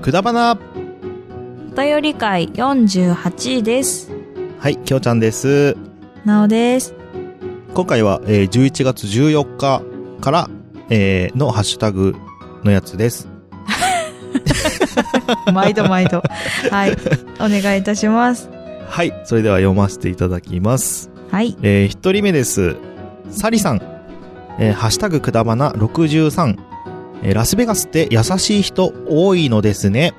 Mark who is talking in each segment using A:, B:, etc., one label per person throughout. A: くだばな
B: お便り会48位です。
A: はい、きょうちゃんです。
B: な おです。
A: 今回は、えー11月14日から、えーのハッシュタグのやつです。
B: 毎度毎度。 はい。お願いいたします。
A: はい、それでは読ませていただきます。
B: はい。
A: えー、一人目です。サリさん。えーハッシュタグくだばな63。えーラスベガスって優しい人多いのですね。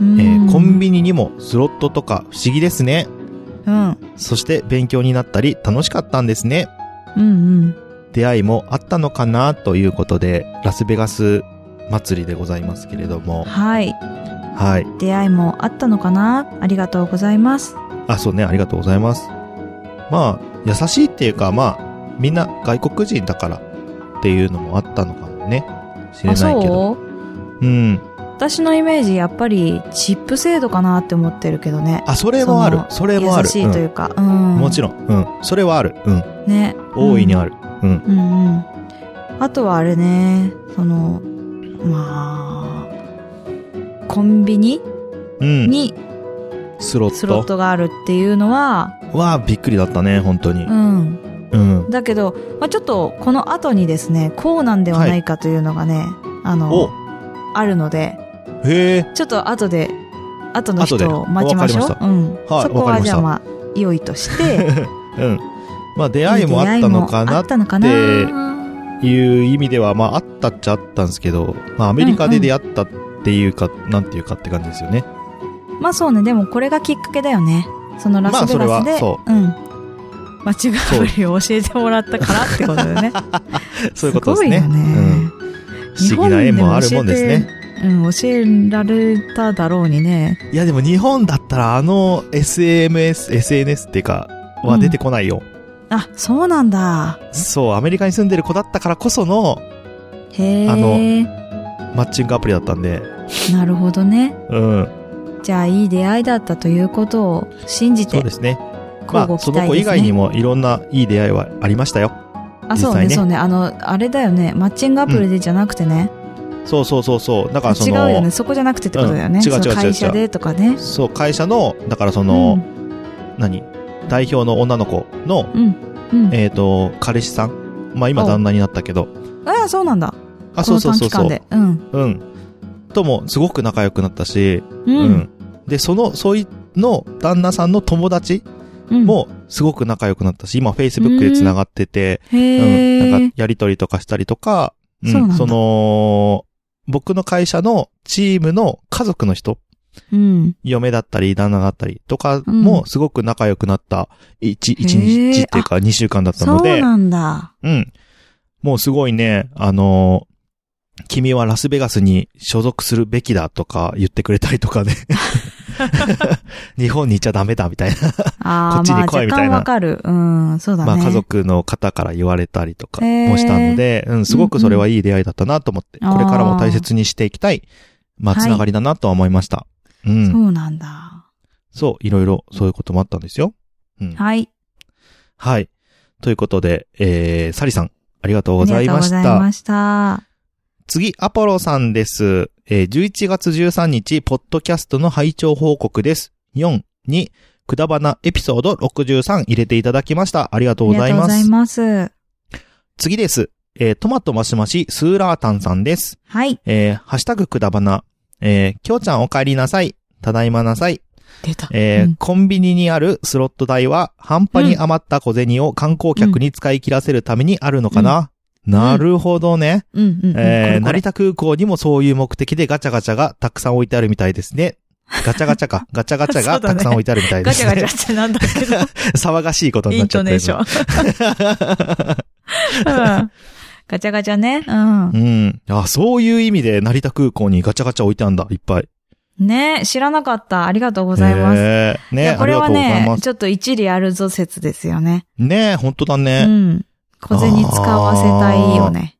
B: う
A: え
B: ん
A: ーコンビニにもスロットとか不思議ですね。
B: うん。
A: そして勉強になったり楽しかったんですね。
B: うんうん。
A: 出会いもあったのかなということで、ラスベガス祭りでございますけれども。
B: はい。
A: はい。
B: 出会いもあったのかなありがとうございます。
A: あ、そうね、ありがとうございます。まあ、優しいっていうか、まあ、みんな外国人だからっていうのもあったのかもね。知れ
B: あ、
A: ないけど。
B: そう
A: うん。
B: 私のイメージ、やっぱり、チップ制度かなって思ってるけどね。
A: あ、それもある。それ
B: 優
A: もある。
B: しいといううか。うん。
A: ん、もちろん。うん。それはある。うん。
B: ろん。ね。
A: 大いにあ
B: る。
A: る。うん。
B: うんうん。あとはあれね、その、まあ、コンビニ
A: うん。
B: に
A: スロ
B: スロッ
A: ッ
B: トがあるっていうのは、
A: トはびっくりだったね、本当に
B: う。ん。
A: うん。
B: だけど、まあ、ちょっとこの後にですね、こうなんではないかというのがね、あ
A: お
B: の、あるので、
A: へえ。
B: ちょっと後で、後の
A: 後で
B: 人を待ちましょ
A: わ
B: う
A: か。り
B: う
A: は
B: ん。
A: い
B: そこ
A: わかり
B: は
A: まし
B: じ
A: た
B: ゃあまあ、良いとして、
A: うん。まあ、 出会いもあったのか
B: 出会いもあ
A: な
B: っ。たのかな
A: いう意味では、まあ、あったっちゃあったんですけど、まあ、アメリカで出会ったっていうか、なんていうかって感じですよね。
B: まあそうね、でもこれがきっかけだよね。そのラスベ
A: まあ
B: ガ
A: そ
B: ス
A: れは
B: で、
A: そ
B: うん。間違う振りを教えてもらったからってことだよね。
A: そういうことですね。
B: ごいよね。
A: うん、不思議な縁もあるもんです
B: 日
A: ね。
B: 本でも教えて。うん、教えられただろうにね。
A: いや、でも日本だったら、あの SMS、SNS っていうか、は出てこないよ、
B: あ、そうなんだ。
A: そう、アメリカに住んでる子だったからこその
B: へ
A: あ
B: え。
A: マッチングアプリだったんで、
B: なるほどね。
A: うん、
B: じゃあ、いい出会いだったということを信じ
A: そう
B: て
A: で、すね。ま
B: 交互
A: あ、
B: 期
A: その
B: 待
A: 子
B: で
A: 以
B: す
A: 外に
B: ね。
A: もいろんないい出会いはありましたよ。
B: あ、そう
A: 実際
B: ね、
A: ね
B: そうね。あの、あれだよね。マッチングアプリでじゃなくてね。
A: そうそうそうそう。だからそ
B: 違う
A: の、
B: よね。そこじゃなくてってことだよ
A: う
B: ね。
A: ん違う
B: その
A: 違う違う
B: 会社でとかね。
A: そう、会社の、だからそ
B: うん
A: の、何代表の女の子の、
B: うん。うん。
A: えっ、と、彼氏さん。まあ今
B: お
A: 旦那になったけど。
B: ああ、そうなんだ。
A: あ、
B: こ
A: そう
B: の
A: そう
B: 短
A: そう
B: 期
A: そ
B: 間
A: う
B: で。。うん。
A: うん。とも、すごく仲良くなったし、
B: う。
A: うんで、その、そういうの、旦那さんの友達
B: うん。
A: も、すごく仲良くなったし、今、Facebook で繋がってて、
B: へ
A: う
B: え。
A: ん。なんか、やりとりとかしたりとか、う
B: そうな
A: ん。
B: んだ
A: その、僕の会社のチームの家族の人、
B: うん。
A: 嫁だったり、旦那だったりとか
B: うん
A: も、すごく仲良くなった、一、一日っていうか、二週間だった
B: そ
A: の
B: う
A: で、
B: なんだ。
A: うん。もうすごいね、あのー君はラスベガスに所属するべきだとか言ってくれたりと かね。日本に行っちゃダメだみたいな。
B: ああ、
A: こっちに来いみたいな
B: まあ、若干わかる。うん、そうだね。
A: まあ家族の方から言われたりとか
B: へー
A: もしたので、うん、すごくそれはいい出会いだったなと思って、
B: うんうん
A: これからも大切にしていきたい、まあ
B: はい
A: つながりだなとは思いました。う
B: そ
A: ん。
B: うなんだ。
A: そう、いろいろそういうこともあったんですよ。うん。
B: はい。
A: はい。ということで、えー、サリさん、ありがとう
B: あ
A: ご
B: りが
A: ざい
B: とう
A: ま
B: ご
A: し
B: ざい
A: た。
B: ました。
A: 次、アポロさんです。えー11月13日、ポッドキャストの拝聴報告です。4に、くだばなエピソード63入れていただきました。ありがとうございま
B: ありがとうござ
A: す。
B: います。
A: 次です。えートマトマシマシ、スーラータンさんです。
B: はい。
A: えーハッシュタグくだばな、えーきょうちゃんお帰りなさい。ただいまなさい。
B: 出た
A: えー
B: うん
A: コンビニにあるスロット代は、半端に余った小銭を観光客に使い切らせるためにあるのかな、なるほどね。
B: うんうんうん。
A: えー
B: これ
A: 成田空港にもそういう目的でガチャガチャがたくさん置いてあるみたいですね。ガチャガチャ か。ガチャガチャがたくさん置いてあるみたい
B: これガ
A: で
B: チ
A: す
B: ャ
A: ね。
B: ガチャってなんだっ けど、
A: 騒がしいことに
B: イ
A: なっ
B: ン
A: ちゃ
B: ト
A: った
B: ネ
A: よ
B: ーション。うんガチャガチャね。うん。
A: うん。あ、そういう意味で成田空港にガチャガチャ置いてあるんだ。いっぱい。
B: ね知らなかった。ありがとうございます。
A: へー
B: い
A: ね
B: や
A: あ
B: こ
A: り
B: れ
A: が
B: は
A: とうござい
B: ね
A: ま、す。
B: ちょっと一理あるぞ説ですよね。
A: ね本当だ
B: う
A: ね。
B: ん。小銭使わせたいよね。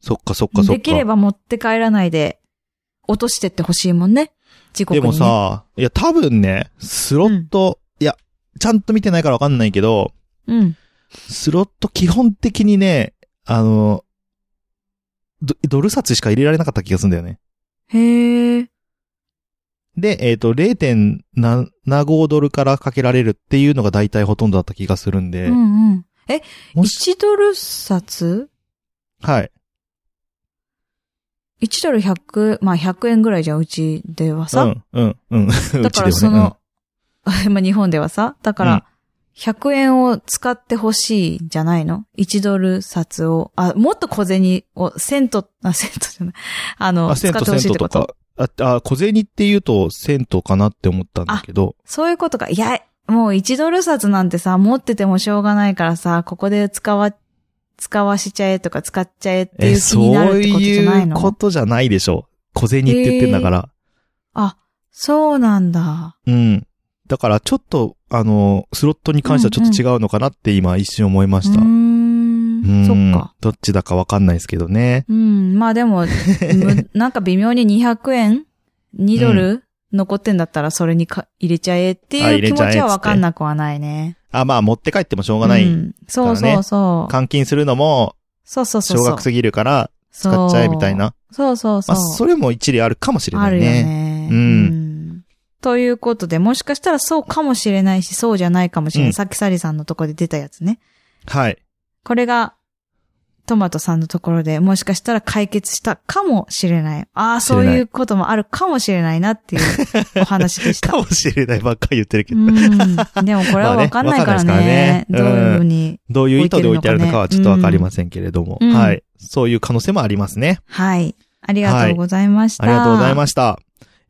A: そっかそっかそっか。
B: できれば持って帰らないで、落としてってほしいもんね。時刻
A: で
B: に、
A: も
B: ね。
A: さ、いや、多分ね、スロット、いや、ちゃんと見てないからわかんないけど、
B: うん。
A: スロット基本的にね、あの、ドドル札しか入れられなかった気がするんだよね。
B: へえ。
A: で、えっ、と、0.75ドルからかけられるっていうのが大体ほとんどだった気がするんで、
B: うんうん。
A: もし、
B: 1ドル札
A: はい。
B: ?1 ドル100、まあ100円ぐらいじゃん、うちでは
A: う
B: さ。
A: ん、うん、うん。
B: だ
A: うち
B: か
A: で
B: らそ
A: はね
B: の、 まあ日本ではさ、だか
A: うん
B: ら、100円を使ってほしいんじゃないの ?1 ドル札を、あ、もっと小銭を、セント、あ、セントじゃない。あ
A: うん、
B: の、
A: あ、
B: 使
A: 銭
B: って
A: 湯、
B: ほしい
A: 銭湯
B: ってことと
A: か。あ、あ小銭って言うと銭湯かなって思ったんだけど、
B: そういうことか。いや、もう1ドル札なんてさ、持っててもしょうがないからさ、ここで使わ、使わしちゃえとか使っちゃえって
A: え、
B: いう気
A: そ
B: にな
A: う
B: るってことじゃない
A: いう
B: の
A: ことじゃないでしょ。小銭って言ってんだから。
B: あ、そうなんだ。
A: うん。だからちょっと、あの、スロットに関してはちょっと違うのかなって今一瞬思いま
B: うー
A: した。うん
B: ん。そっか。。
A: どっちだかわかんないですけどね。
B: うん。まあでも、むなんか微妙に200円 ?2 ドル、残ってんだったらそれにか入れちゃえって
A: あ
B: い
A: 入
B: う
A: れ
B: 気
A: ちゃえっつっ
B: 持
A: て
B: ちはわかんなくはないね。
A: あ、まあ持って帰ってもしょうがない。
B: うん。そうそうそう。
A: 換金するのも、
B: そうそうそう。
A: 少額すぎるから使っちゃえみたいな。
B: そう。そうそ
A: ま
B: う
A: あ、
B: そう。
A: それも一理あるかもしれな
B: あ
A: い
B: るよ
A: ね。
B: ね。
A: うん
B: んということで、もしかしたらそうかもしれないし、そうじゃないかもしれない。
A: うん
B: さっきサリさんのとこで出たやつね。
A: はい。
B: これが、トマトさんのところでもしかしたら解決したかもしれない。ああ、
A: 知れ
B: そ
A: な
B: う
A: い
B: いうこともあるかもしれないなっていうお話でした。
A: かもしれないばっかり言ってるけ
B: う
A: ど、
B: ん。でもこれはわかんないから
A: まあね
B: ね。
A: わかんないですから
B: どう
A: ね
B: いうふうに。
A: どういう意図で置いてあるのかはちょっとわかりませんけれども、
B: うん
A: はい。そういう可能性もありますね。
B: はい。ありがとうございました。。
A: ありがとうございますした。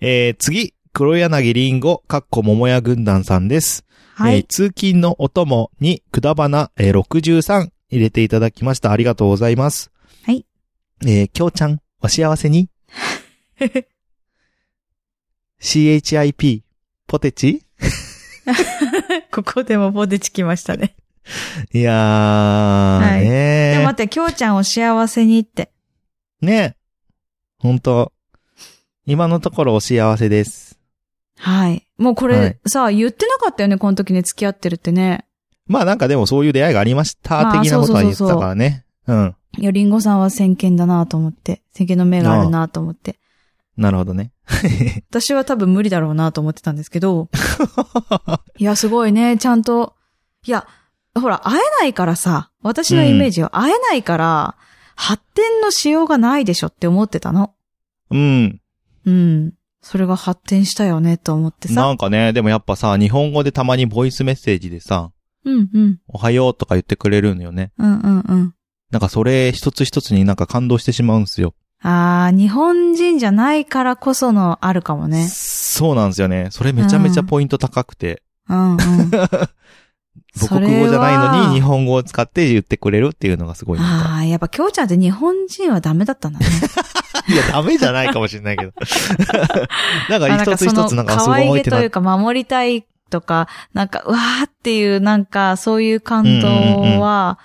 A: えー、次、黒柳りんご、かっこ桃屋軍団さんです。
B: は
A: えー
B: い。
A: 通勤のお供に、くだばな、えー、63入れていただきました。ありがとうございます。
B: はい。
A: えー、きょうちゃん、お幸せ に ?CHIP、ポテチ
B: ここでもポテチ来ましたね。
A: いやー、
B: はいでも
A: ね
B: 待って、きょうちゃんを幸せにって。
A: え。ねえ。ほんと。今のところお幸せです。
B: はい。もうこ
A: は
B: れ
A: い
B: さ、言ってなかったよね、この時ね、付き合ってるってね。
A: まあなんかでもそういう出会いがありました、
B: まあ
A: 的なことは言ってたからね。うん。
B: いや、りんごさんは先見だなと思って。先見の目があるなと思って。
A: なるほどね。
B: 私は多分無理だろうなと思ってたんです けど。いや、すごいね、ちゃんと。いや、ほら、会えないからさ、私のイメージは会えないから、発展のしようがないでしょって思ってたの。
A: うん。
B: うん。それが発展したよね、と思って
A: な
B: さ。
A: んかね、でもやっぱさ、日本語でたまにボイスメッセージでさ、
B: うんうん。
A: おはようとか言ってくれるのよね。
B: うんうんうん。
A: なんかそれ一つ一つになんか感動してしまうんすよ。
B: あー、日本人じゃないからこそのあるかもね。
A: そうなんですよね。それめちゃめちゃポイント高くて、
B: うんうん。
A: 母国語じゃないのに日
B: 本
A: 本語を使って言ってくれるっていうのがすごいなんか。
B: ああ、やっぱ京ちゃんって日本人はダメだったん だね。
A: いや、ダメじゃないかもしれない けど。なん
B: あ
A: か一つ一つなんかすごい
B: 可愛
A: っ
B: げ
A: て
B: と
A: な
B: いうか守りたいとか、なんか、うわーっていう、なんか、そういう感動
A: うんうんうん
B: は、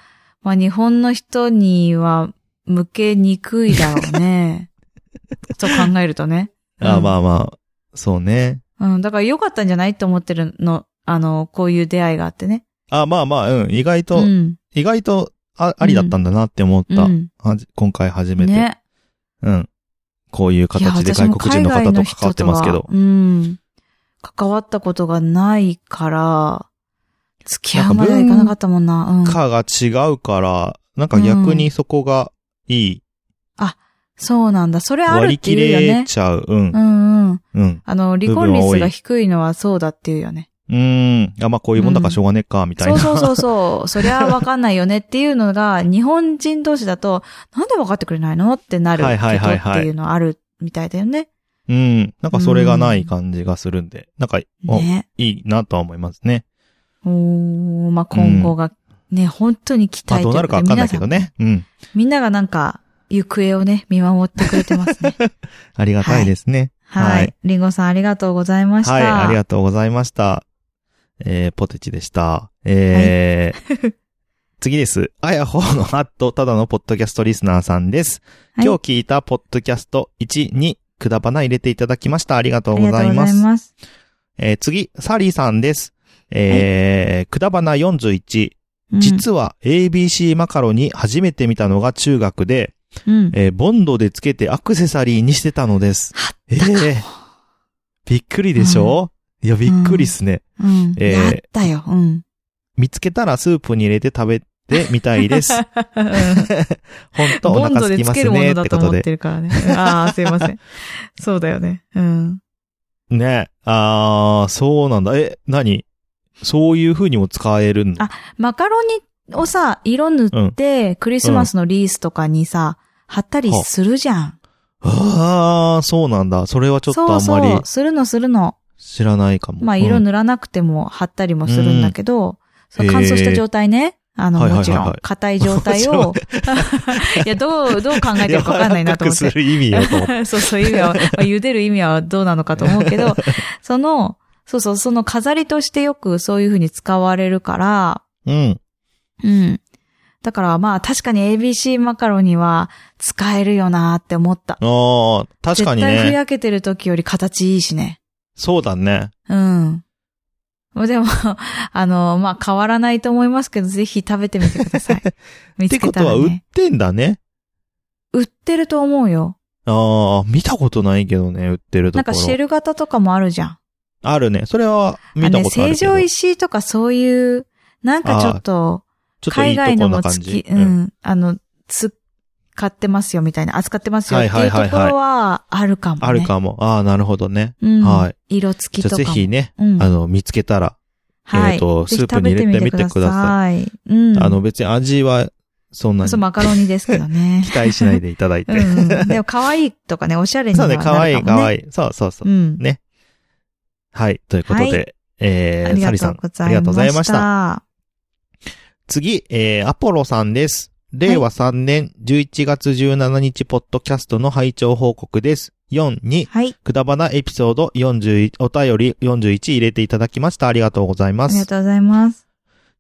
B: まあ日本の人には向けにくいだろう ね。と考えるとね。
A: あ
B: うん
A: まあまあ、そうね。
B: うん、だから良かったんじゃないと思ってるの、あの、こういう出会いがあってね。
A: あまあまあ、うん。意外と、
B: うん。
A: 意外とあありだったんだなって思っ
B: う
A: た。
B: ん。
A: はじ今回初めて。
B: ね。
A: うん。こういう形で外国人の方と関わってますけど
B: いや私も海外の人とは。うん。関わったことがないから、付き合うまではいかなかったもんな。うん。
A: かが違うから、なんか逆にそこがいい。
B: そうなんだ。それある
A: 割り
B: って
A: 切
B: いうよ
A: れ
B: ね。
A: ちゃう。うん
B: う。んうん。
A: うん。
B: あの、離婚率が低いのはそうだっていうよね。
A: うん。あ、まあこういうもんだからしょうがねえか、みたい
B: そう
A: な。
B: そうそうそう。そりゃわかんないよねっていうのが、日本人同士だと、なんでわかってくれないのってなる
A: はいはいはいはい
B: ことっていうのはあるみたいだよね。
A: うん。なんかそれがない感じがするんで、なんか、おい
B: ね。
A: いなとは思いますね。
B: おーまあ、今後が、ね、本当に期
A: まあ
B: 待
A: どうなるかわかんないけど
B: ね。
A: ね。うん。
B: みんながなんか、行方をね、見守ってくれてます ね。
A: ありがたいですね。
B: は
A: はい
B: い。りんごさんありがとうございました。
A: はい、ありがとうございました。えー、ポテチでした。えー次です。あやほーのハット、ただのポッドキャストリスナーさんです。
B: はい
A: 今日聞いたポッドキャスト1、2、くだばな入れていただきました。ありがとう
B: あり
A: ご
B: が
A: ざ
B: と
A: いう
B: ご
A: ま
B: ざい
A: す。
B: ます。
A: えー、次、サリーさんです。えーくだばな41。
B: うん
A: 実は ABC マカロに初めて見たのが中学で、
B: うん。
A: えーボンドでつけてアクセサリーにしてたのです。ええーびっくりでしょ、いや、びっくりっすね。
B: うん。
A: えー
B: やったよ。うん。
A: 見つけたらスープに入れて食べてみたいです。 ほ んとお
B: ボン
A: 腹
B: ド
A: す
B: で
A: き
B: つ
A: ま
B: け
A: す
B: るも
A: ね。
B: の
A: っ
B: だ
A: て
B: と
A: こと
B: 思っ
A: で
B: て。るからね。ああ、すいま せん。そうだよね。うん。
A: ね。あー、そうなんだ。え、何そういう風にも使えるんだ。
B: あマカロニをさ、色塗って、クリスマスのリースとかにさ、貼ったりするじゃん。
A: あー、そうなんだ。それはちょっとあんまり
B: そうそう、するのするの。
A: 知らないかも。
B: まあ、
A: う
B: 色
A: ん
B: 塗らなくても貼ったりもするんだけど、その乾燥した状態ね。あの、
A: はいはい
B: も
A: はい
B: ち
A: はい
B: ろん、硬い 状態を、 いや、どう、どう考えてるかわかんないなと思っ
A: 柔らかくす。
B: て
A: る意味よと思って。
B: そうそう、意味は、まあ、茹でる意味はどうなのかと思う けど、その、そうそう、その飾りとしてよくそういう風に使われるから、
A: うん。
B: うん。だからまあ確かに ABC マカロニは使えるよなーって思った。
A: ああ、確かに
B: 絶対ふ
A: ね。
B: やけてる時より形いいしね。
A: そうだね。
B: うん。でも、 あの、まあ変わらないと思いますけど、ぜひ食べてみてください。見
A: っ
B: つ
A: て
B: け
A: こ
B: た
A: と
B: ら
A: は売っ
B: ね。
A: てんだね。
B: 売ってると思うよ。
A: ああ、見たことないけどね、売ってるところ。
B: なんかシェル型とかもあるじゃん。
A: あるね。それは見たことあ
B: ね、
A: る
B: 成
A: けど。
B: 城石とかそういう、なんかちょっと、
A: ちょっとい
B: 海
A: いとこ
B: 外の
A: な
B: も
A: 感
B: つき
A: じ、。
B: うん、。あの、使ってますよみたいな、扱ってますよって
A: はいいう
B: と
A: はいはいはい
B: ころはあるかもね。
A: ある。かも。ああ、なるほどね。
B: うん。
A: は
B: 色付き
A: じ
B: と
A: ゃあ
B: かも。
A: ぜひね、
B: うん
A: あの、見つけたら、
B: はい。
A: えーと
B: ぜひ
A: スープに入れてみてくださ
B: 食べてみてください。うん。
A: あの、別に味は、そんなに
B: そう、マカロニですけどね。
A: 期待しないでいただいて。
B: うんうん。でも、可愛いとかね、おしゃれ に
A: そ
B: は
A: う
B: な
A: ね、
B: る
A: か
B: かも
A: わ
B: ね。
A: いいかわ
B: い。
A: いい。そうそうそうう。
B: ん。
A: ね。はい、ということ
B: は
A: で、え
B: あ
A: ー、
B: り
A: サ
B: が
A: リ
B: と
A: さあ
B: うんご、ざいました。
A: りがとうございました。次、えー、アポロさんです。令和3年11月17日ポッドキャストの拝聴報告です。4に、
B: はい。
A: くだばなエピソード40、お便り41入れていただきました。ありがとうござい
B: あ
A: ま
B: りが
A: す。
B: とうございます。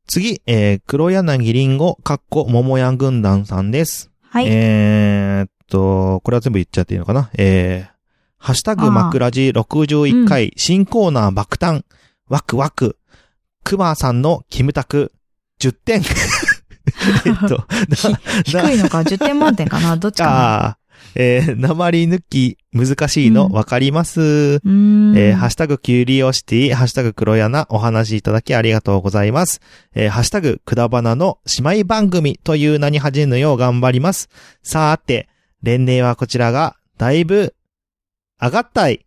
A: 次、えー、黒柳りんご、かっこ、ももやん軍団さんです。
B: はい。
A: えーっと、これは全部言っちゃっていいのかなえー、ハッシュタグ枕地61回、新コーナー爆誕、ワクワク、くまさんのキムタク、10点。 えっと、
B: 低いのか、10点満点か な、どっちかな。
A: ああ、えー、鉛抜き、難しいの、
B: うん
A: わかります。
B: うーん。
A: えーハッシュタグキュリオシティ、ハッシュタグ黒柳、お話いただきありがとうございます。えーハッシュタグくだばなの姉妹番組という名に恥じぬよう頑張ります。さーて、連名はこちらが、だいぶ、上がったい、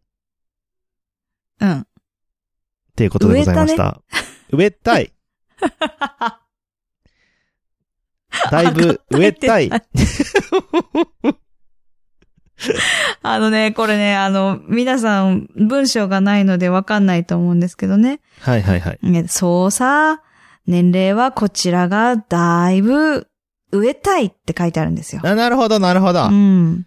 B: うん。
A: ということでございました。植えた い。だいぶ、植えたい。
B: あのね、これね、あの、皆さん文章がないのでわかんないと思うんですけどね。
A: はいはいはい。
B: ねそうさ、年齢はこちらがだいぶ植えたいって書いてあるんですよ。
A: あなるほど、なるほど。
B: うん。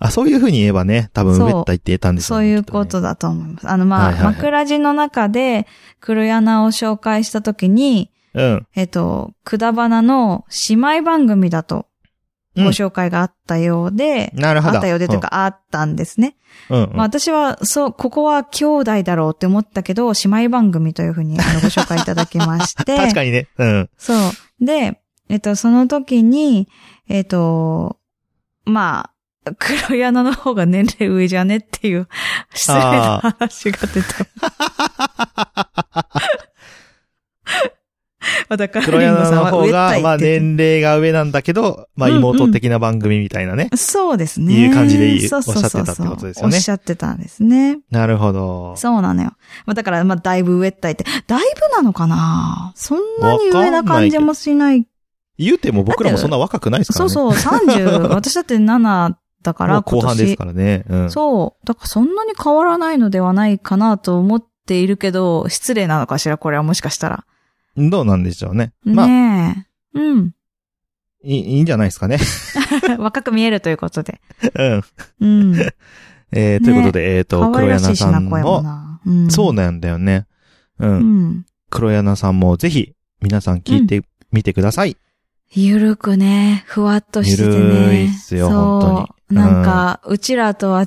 A: あ、そういうふうに言えばね、多分、
B: そう
A: 植えたいって言えたんです
B: そ
A: よ
B: う
A: ね。
B: いう
A: きっね
B: ことだと思います。あの、まあ、
A: はいはいはい
B: 枕地の中で黒柳を紹介したときに、
A: うん。
B: えっと、くだばなの姉妹番組だと
A: うん
B: ご紹介があったようで、
A: なるほど。
B: あったようでというか、あったんですね。
A: うん。うん。
B: まあ私は、そう、ここは兄弟だろうって思ったけど、姉妹番組というふうにあのご紹介いただきまして。
A: 確かにね。うん。
B: そう。で、えっと、その時に、えっと、まあ、黒柳の方が年齢上じゃねっていう、失礼な話が出た。まあだから、
A: 黒
B: リンゴ
A: 柳
B: さん
A: の
B: は
A: 方
B: 上った
A: が、
B: い
A: まあ
B: って言って
A: 年齢が上なんだけど、まあ
B: うんうん
A: 妹的な番組みたいなね。
B: そうですね。
A: いう感じでいい
B: そうそうそうそ
A: お
B: う
A: っしゃってたってことですよね
B: おっしゃってたんですね。
A: なるほど。
B: そうなのよ。まあ、だから、まあ、だいぶ上ったいって。だいぶなのかなそんなに上な感じもしない。
A: 言うても僕らもそんな若くないですか
B: そ
A: ら
B: う
A: ね。う
B: そう、30、私だって7だから、
A: 後
B: 今
A: 半
B: 年。
A: ですからね。うん。
B: そう。だからそんなに変わらないのではないかなと思っているけど、失礼なのかしら、これはもしかしたら。
A: どうなんでしょうね。まあ、
B: ねえ。うん。
A: いいいいんじゃないですかね。
B: 若く見えるということで。
A: うん。
B: うん。
A: えー、ということで、えっと、
B: 可愛
A: 黒
B: らし
A: 柳
B: いし
A: さ
B: な、
A: ん
B: 声も
A: の、
B: な。うん。
A: そうなんだよね。う。
B: うんん。
A: 黒柳さんもぜひ、皆さん聞いてみてください。
B: ゆるくね、ふわっとしててね。
A: ゆるいっすよ本
B: そう。
A: 当にうん
B: なんか、うちらとは違う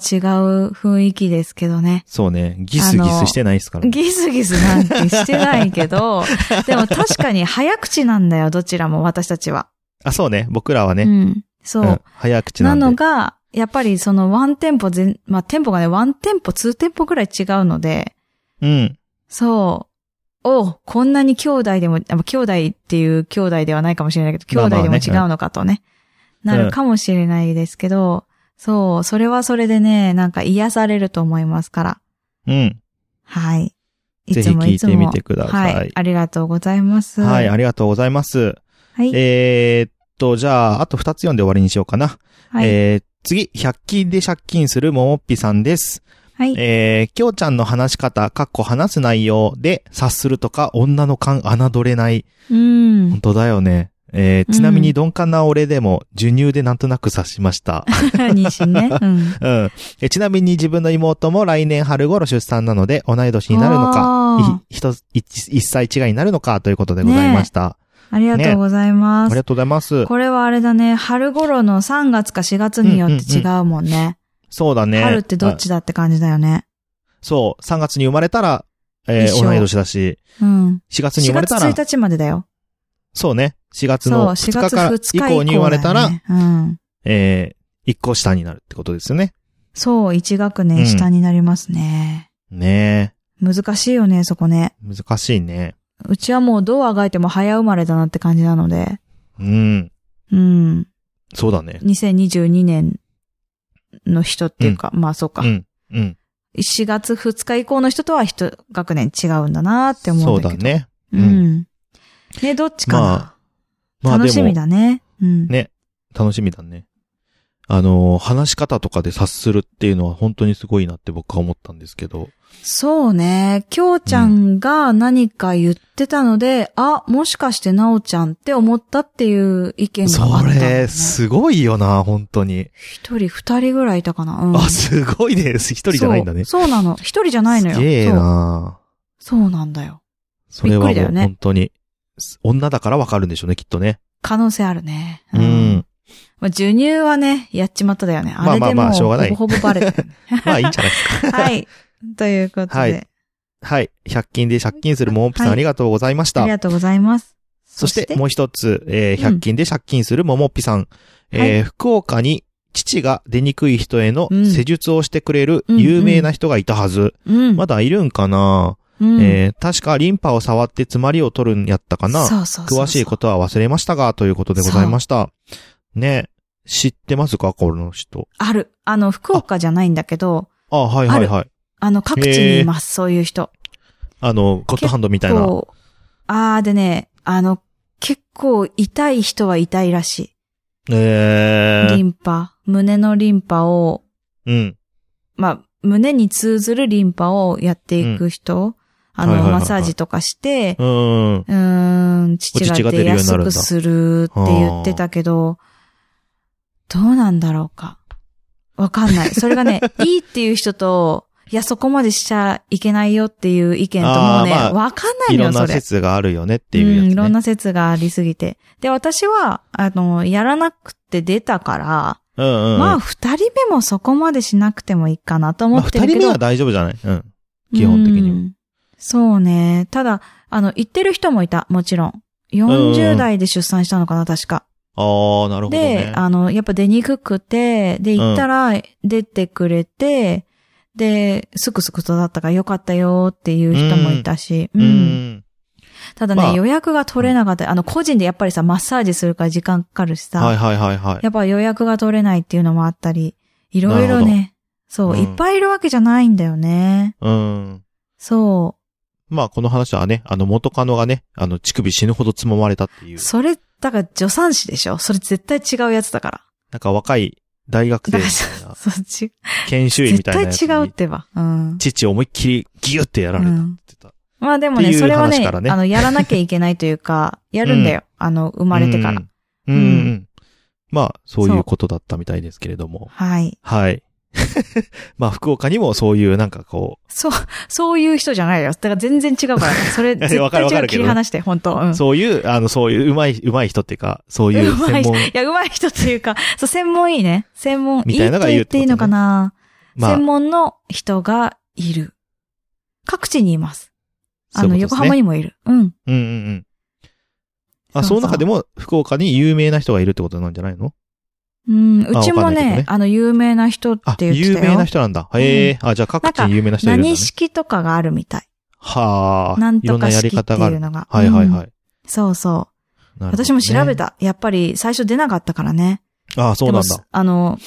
B: 雰囲気ですけどね。
A: そうね。ギスギスしてないですからね。
B: ギスギスなんてしてない けど、でも確かに早口なんだよ、どちらも私たちは。
A: あ、そうね。僕らは
B: う
A: ね。
B: ん。そうう。
A: ん。早口な
B: なん
A: で。
B: のが、やっぱりそのワンテンポ全、まあ、テンポがね、ワンテンポ、ツーテンポぐらい違うので、
A: うん。
B: そう。おこんなに兄弟でも、あまあ兄弟っていう兄弟ではないかもしれないけど、
A: まあ
B: 兄
A: まあ
B: 弟でも
A: ね
B: 違うのかとね、
A: うん
B: なるかもしれないですけど、そう、それはそれでね、なんか癒されると思いますから。
A: うん。
B: はい。
A: ぜひ聞いてみてください
B: はい。ありがとうございます。
A: はい、
B: は
A: ありがとうございます。
B: い。
A: えーっと、じゃあ、あと2つ読んで終わりにしようかな。
B: はい。
A: えー次、100均で借金するももっぴさんです。
B: はい。
A: えー、きょうちゃんの話し方、かっこ話す内容で、察するとか、女の勘、侮れない。
B: う ん
A: 本。当だよね。えー、ちなみに鈍感な俺でも、授乳でなんとなく察しま した。
B: 妊娠ね。うん。
A: うん。えちなみに自分の妹も来年春頃出産なので、同い年になるのか
B: あ、
A: いひと一一歳違いになるのか、ということでございました。
B: ありがとうございま
A: あ
B: す。
A: りがとうございます。
B: これはあれだね、春頃の3月か4月によって違うもんね。
A: そうだね。
B: 春ってどっちだって感じだよね。
A: あそう、3月に生まれたら、え
B: 一
A: ー、
B: 緒
A: 同い年だし、
B: うん。
A: 4月に生
B: 4
A: まれた
B: 月
A: ら、
B: 1日までだよ。
A: そうね、4月
B: そう、
A: の
B: 4
A: 2日
B: 月
A: から
B: 2日以
A: 以
B: 降、
A: 降に生まれたら、、
B: うん。
A: えー、一個下になるってことですよね。
B: そう、1学年下になりますね。
A: ね
B: 難しいよね、そこね。
A: え、難しいね。
B: うちはもうどうあがいても早生まれだなって感じなので、
A: うん、
B: うん。
A: そうだね。
B: 2022年の人っていうか、まあそうか。
A: うん、うん。
B: 4月2日以降の人とは一学年違うんだなって思
A: そううん
B: だ
A: だ
B: けど。
A: ね。
B: う。
A: うん
B: ね、どっちかな、
A: ままあ
B: 楽
A: で
B: しみ
A: も、
B: だね。うん。
A: ね、楽しみだね。あのー話し方とかで察するっていうのは本当にすごいなって僕は思ったんですけど。
B: そうね。きょうちゃんが何か言ってたので、あ、もしかしてなおちゃんって思ったっていう意見があった
A: そ
B: んだね、
A: れ、すごいよな、本当に。
B: 一人二人ぐらいいたかな。うん。
A: あ、すごいです。一人じゃないんだね。
B: そうそうなの。一人じゃないのよ。
A: すげえな
B: そう。そうなんだよ。
A: それはも
B: びっくりだ
A: う
B: よね
A: 本当に、す女だからわかるんでしょうね、きっとね。
B: 可能性あるね。
A: うん。
B: まあ、授乳はね、やっちまっただよね。あれ
A: まあま
B: で
A: あまあ
B: もう、
A: しょうがない
B: ほぼほぼバレてる、 ね。
A: まあいいんじゃないですか。
B: はい。ということで、
A: はいはい。100均で借金するももぴさん、
B: はい
A: ありがとうございました
B: あり。がとうございます。
A: そして、もう一つ、えー、
B: うん
A: 100均で借金するももっぴさん。えー福岡に父が出にくい人への
B: うん
A: 施術をしてくれる
B: うん
A: 有名な人がいたはず。
B: うん。
A: まだいるんかな、
B: うん、
A: えー確かリンパを触って詰まりを取るんやったかな
B: そうそうそうそう
A: 詳しいことは忘れましたが、ということでございました。ね知ってますかこの人。
B: ある。あの、福岡じゃないんだけど、
A: あ、はいはいはい。
B: あの、各地にいます、そういう人。
A: あの、ゴッドハンドみたいな。
B: こう、あーでね、あの、結構痛い人は痛いらしい。
A: え
B: リ
A: ー、
B: ンパ。胸のリンパを、
A: うん。
B: まあ、胸に通ずるリンパをやっていく人、あの、
A: はいはいはいはい
B: マッサージとかして、
A: うん。
B: うーん、父
A: お乳が
B: が出
A: 出るよ
B: や
A: うに
B: す
A: なるんだ
B: くするって言ってたけど、どうなんだろうか。わかんない。 それがね、いいっていう人と、いや、そこまでしちゃいけないよっていう意見ともうね、
A: あ
B: わ、
A: ーま
B: かんない
A: いろ
B: のよ、
A: ん
B: そ
A: な
B: れ。
A: 説があるよねっていうやつ、
B: う
A: ね。
B: ん、いろんな説がありすぎて。で、私は、あの、やらなくて出たから、
A: うんうんうん。
B: まあ、二人目もそこまでしなくてもいいかなと思ってるけど。
A: まあ、二人目は大丈夫じゃないうん。基本的には
B: うんそうね。ただ、あの、行ってる人もいた、もちろん。40代で出産したのかな、確か。
A: ああ、なるほど
B: で、
A: ね。
B: あの、やっぱ出にくくて、で、行ったら出てくれて、で、すくすく育ったからよかったよっていう人もいたし、う。
A: うんん。
B: ただね、
A: まあ
B: 予約が取れなかった。あの、個人でやっぱりさ、マッサージするから時間かかるしさ、
A: はいはいはいはい。
B: やっぱ予約が取れないっていうのもあったり、いろいろね、そう、
A: うん
B: いっぱいいるわけじゃないんだよね。
A: うん。
B: そう。
A: まあ、この話はね、あの、元カノがね、あの、乳首死ぬほどつままれたっていう。
B: それ、だから助産師でしょそれ絶対違うやつだから。
A: なんか若い大学生
B: だ
A: み
B: か
A: た
B: ら
A: いな、
B: そっち。
A: 研修医み
B: 絶
A: たいな
B: 対
A: やつに。
B: 違うってば。うん。
A: 父思いっきりギュってやられたって言ってた。
B: まあで
A: っ
B: もね、
A: ていう
B: それは
A: 話
B: ね、
A: からね
B: あの、やらなきゃいけないというか、 やるんだよ。あの、生まれてか
A: うん。う
B: ら。
A: んうん
B: う
A: まあ、そういうことだったみたいですけれども。
B: はい。
A: はい。 まあ、福岡にもそういうなんかこ
B: そう、そういう人じゃないよ。だから全然違う から。それ、
A: や
B: 絶
A: わか
B: 対
A: るわか
B: 違う。
A: るけ
B: 切
A: ど
B: り離して、本当うん。
A: う、そういう、あの、そういう、うまい、うまい人っていうか、そういう
B: 上手
A: 専
B: い人
A: 門、
B: いや、上手い人っていうか、そう、専門いいね。専門、い
A: み
B: い
A: たいなの
B: と
A: が
B: 言
A: 言う
B: っ
A: ってて
B: い
A: ことね
B: いのかな、
A: まあ
B: 専、門の人がいる。各地にいます。あ
A: そう
B: の、
A: いうことですね
B: 横浜にもいる。うん。
A: うんうんうん。あ、
B: そ
A: そう
B: そう
A: の中でも福岡に有名な人がいるってことなんじゃないの
B: うん、うち
A: わか
B: も
A: んないけど
B: ね
A: ね、
B: あの、有名な人って
A: あ、
B: 言ってたよ。
A: 有名な人なんだ。へえ、あ、じゃあ各地に有名な人いるんだね
B: 何。式とかがあるみたい。
A: はあ。
B: なんと
A: いろんな
B: か
A: やり
B: 式って
A: 方があ
B: いう
A: る。
B: のが。
A: はいはい
B: うん
A: はい。
B: そうそう。私も調べ
A: た。
B: た。やっぱり最初出なかったからね。
A: ああ、そうなん
B: でも
A: だ。。
B: あの、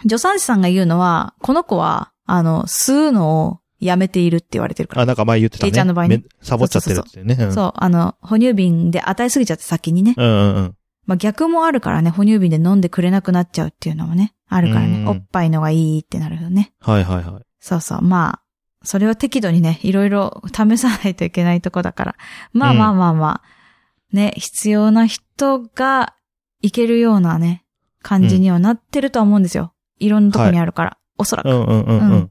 B: 助産師さんが言うのは、この子は、あの、吸うのをやめているって言われてるから。
A: あ、なんか前言ってたね。
B: ケイちゃんの場合ね
A: めサボっちゃってるってね。うん
B: そう、あの、哺乳瓶で与えすぎちゃって先にね。
A: うんうんうん。
B: まあ、逆もあるからね、哺乳瓶で飲んでくれなくなっちゃうっていうのもね、あるから
A: う
B: ね、
A: ん
B: おっぱいのがいいってなるよね。
A: はいはいはい。
B: そうそう、まあ、それは適度にね、いろいろ試さないといけないとこだから。まあ
A: うん
B: まあまあまあ、ね、必要な人がいけるようなね、感じにはなってるとは思うんですよ。いろんなとこにあるから、おそらく。
A: うんうんうんうん。
B: ま
A: なる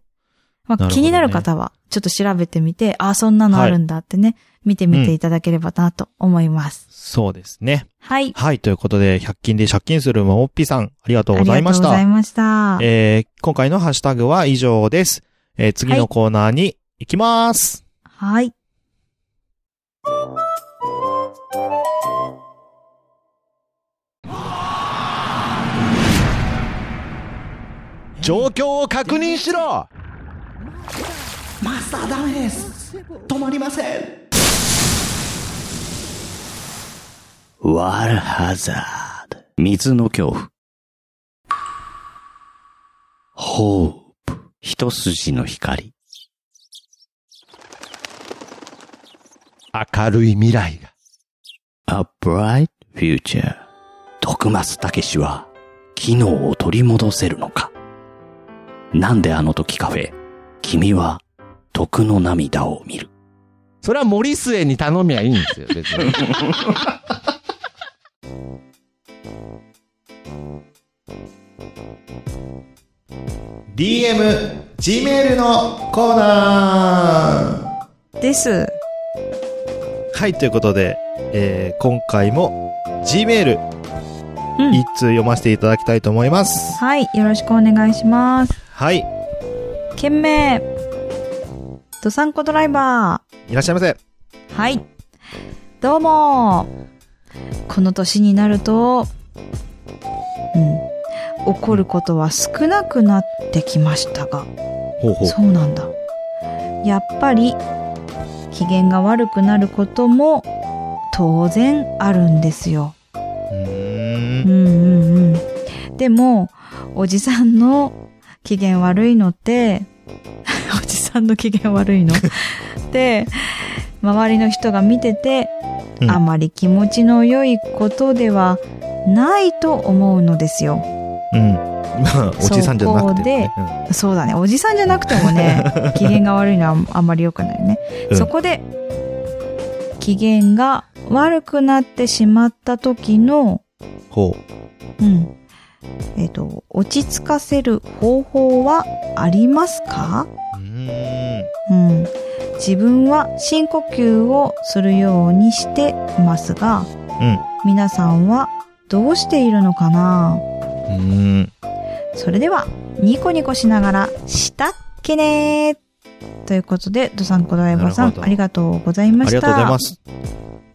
A: ほど
B: あ、
A: ね
B: 気になる方は、ちょっと調べてみて、ああ、そんなのあるんだってね、見てみていただければなと思います。
A: そうですね。
B: はい。
A: はい。ということで、100均で借金するももっぴさん、ありがとうございまし
B: ありがとうござい
A: た。
B: ました。
A: えー、今回のハッシュタグは以上です。えー、次のコーナーに行きます。
B: はい。
C: 状況を確認しろ
D: マスターダメです止まりませんワールハザード水の恐怖ホープ一筋の光
C: 明るい未来が。
D: A bright future 徳松たけしは機能を取り戻せるのかなんであの時カフェ君は徳の涙を見る
C: それは森末に頼みゃいいんですよ、別に。
A: DM、Gmail のコーナー
B: です。
A: はい、ということで、えー今回も Gmail、
B: うん
A: 一通読ませていただきたいと思います。
B: はい。よろしくお願いします。
A: はい、
B: 件名。ドサンコドライバ
A: いらっしゃいませ。
B: ー。はい。どうも。この年になると、うん。怒ることは少なくなってきましたが。
A: ほうほ
B: そうなんだ。やっぱり、機嫌が悪くなることも、当然あるんですよ。
A: う。うー。
B: うんんうんうん。でも、おじさんの機嫌悪いのって、 おじさんの機嫌悪いの って、周りの人が見てて、
A: うん
B: あまり気持ちの良いことではないと思うのですよ。
A: うん。まあ、おじさんじゃなくて、ね。
B: そうだね。おじさんじゃなくて もね、機嫌が悪いのはあんまり良くないね。
A: うん
B: そこで、機嫌が悪くなってしまった時の、
A: うんほう。
B: うん。えっ、と、落ち着かせる方法はありますか
A: うーん。
B: うん。自分は深呼吸をするようにしてますが、
A: うん。
B: 皆さんはどうしているのかな
A: うーん。
B: それでは、ニコニコしながら、したっけねーということで、ドサンコドライバーさ
A: なるほ
B: ん、
A: ど
B: ありがとうございま
A: あ
B: し
A: り
B: た。
A: がとうございます。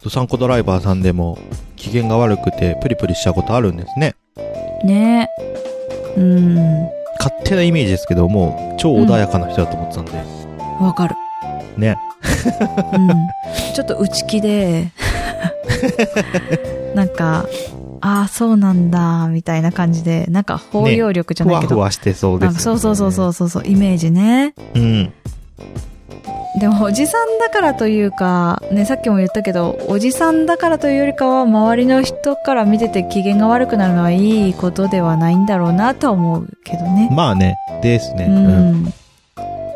A: ドサンコドライバーさんでも、機嫌が悪くてプリプリしちゃうことあるんですね。
B: ねえ。うん。
A: 勝手なイメージですけど、もう、超穏やかな人だと思ってたんで。
B: わかる。
A: ね。
B: うん。ちょっと内気で、 なんか、ああ、そうなんだ、みたいな感じで、なんか包容力じゃ
A: ふ
B: ない
A: わ
B: け
A: ふ
B: ど、
A: わしてそうです、
B: なん
A: ね。
B: かそうそうそうそうそうそう、イメージね。
A: う。うん。
B: でもおじさんだからというか、ね、さっきも言ったけど、おじさんだからというよりかは、周りの人から見てて機嫌が悪くなるのはいいことではないんだろうなとは思うけどね。
A: まあね、ですね。
B: う
A: うん
B: ん。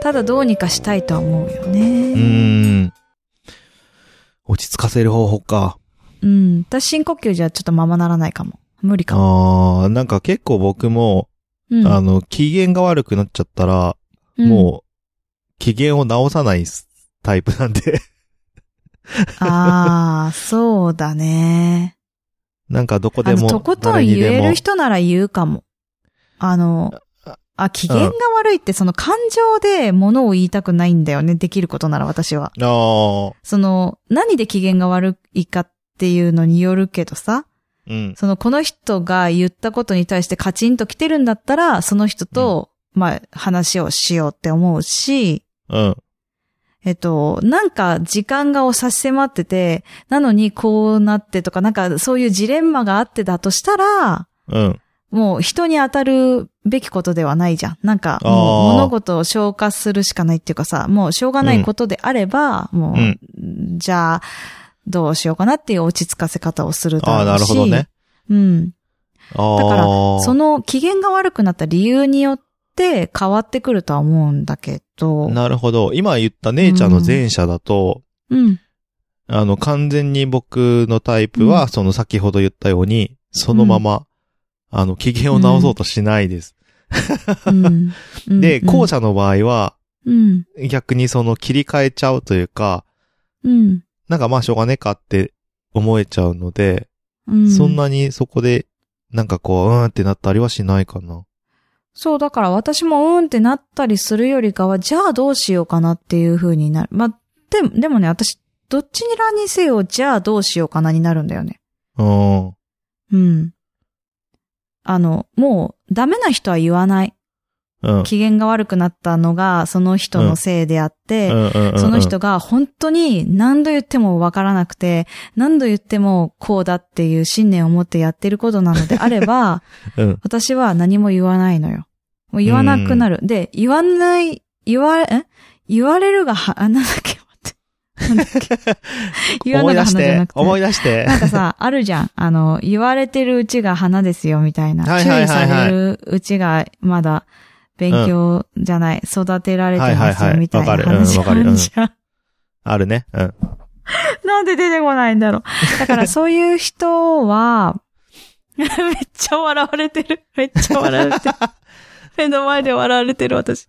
B: ただどうにかしたいとは思うよね。
A: うーん。落ち着かせる方法か。
B: うん。私深呼吸じゃちょっとままならないかも。無理かも。
A: あー、なんか結構僕も、
B: うん、
A: あの、機嫌が悪くなっちゃったら、
B: うん
A: もう、機嫌を直さないタイプなんで、
B: ああ、そうだね。
A: なんかどこ
B: あ
A: で
B: の、
A: も、
B: とことん
A: 誰に
B: 言
A: で
B: え
A: も
B: る、人なら言うかも。あの、あ、機嫌が悪いって、その感情で物を言いたくないんだよね。できることなら私は。
A: あー、
B: その、何で機嫌が悪いかっていうのによるけどさ、
A: うん。
B: その、この人が言ったことに対してカチンと来てるんだったら、その人と、まあ、話をしようって思うし、
A: うん。
B: えっと、なんか時間がを差し迫ってて、なのにこうなってとか、なんかそういうジレンマがあってだとしたら、
A: うん。
B: もう人に当たるべきことではないじゃん。なんか、
A: あー
B: もう物事を消化するしかないっていうかさ、もうしょうがないことであれば、もう、
A: うん
B: じゃあ、どうしようかなっていう落ち着かせ方をするだろう
A: あ
B: し。
A: あ、なるほどね。。
B: うん。
A: ああ。
B: だから、その機嫌が悪くなった理由によって変わってくるとは思うんだけど。
A: なるほど。今言った姉ちゃんの前者だと、
B: うん。
A: あの、完全に僕のタイプは、
B: うん
A: その先ほど言ったように、そのまま、あの、機嫌を直そうとしないです。
B: うん。うん
A: で、後。者の場合は、
B: うん。
A: 逆にその切り替えちゃうというか、
B: うん。
A: なんかまあしょうがねえかって思えちゃうので、
B: うん。
A: そんなにそこで、なんかこう、うーんってなったりはしないかな。
B: そう、だから私もうーんってなったりするよりかは、じゃあどうしようかなっていう風になる。まあ、で、でもね、私、どっちにらにせよ、じゃあどうしようかなになるんだよね。
A: うん。
B: うん。あの、もう、ダメな人は言わない。
A: うん。
B: 機嫌が悪くなったのが、その人のせいであって、そ
A: そ
B: の人が本当に何度言ってもわからなくて、何度言ってもこうだっていう信念を持ってやってることなのであ れば、
A: うん
B: 私は何も言わないのよ。もう言わなくなる。で、言わない、言われ、ん言われるがは、あ、なんだっけ、 待って。なんだっけ。言
A: 思
B: わ
A: い出
B: なが
A: し
B: 花じゃな
A: て
B: く、て。
A: 思い出して。
B: なんかさ、あるじゃん。あの、言われてるうちが花ですよ、みたいな。
A: はい
B: 注
A: はい
B: 意
A: はいはい
B: されるうちが、まだ、勉強じゃない、育てられて
A: はい
B: ま
A: は
B: す
A: い
B: よ、
A: はい
B: みたいな話
A: わかるうん
B: あるじゃん。
A: あるね。うん。
B: なんで出てこないんだろう。だからそういう人は、 めっちゃ笑われてる。めっちゃ笑われてる。目の前で笑われて る私。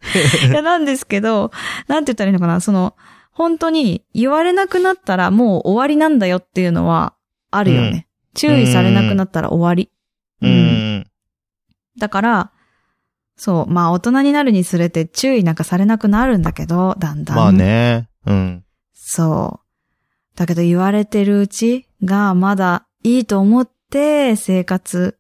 B: いや、なんですけど、なんて言ったらいいのかな。その、本当に言われなくなったらもう終わりなんだよっていうのはあるよね。注意されなくなったら終わり。
A: う。ん。
B: だから、そう、まあ大人になるにつれて注意なんかされなくなるんだけど、だんだん。
A: まあね。うん。
B: そう。だけど言われてるうちがまだいいと思って生活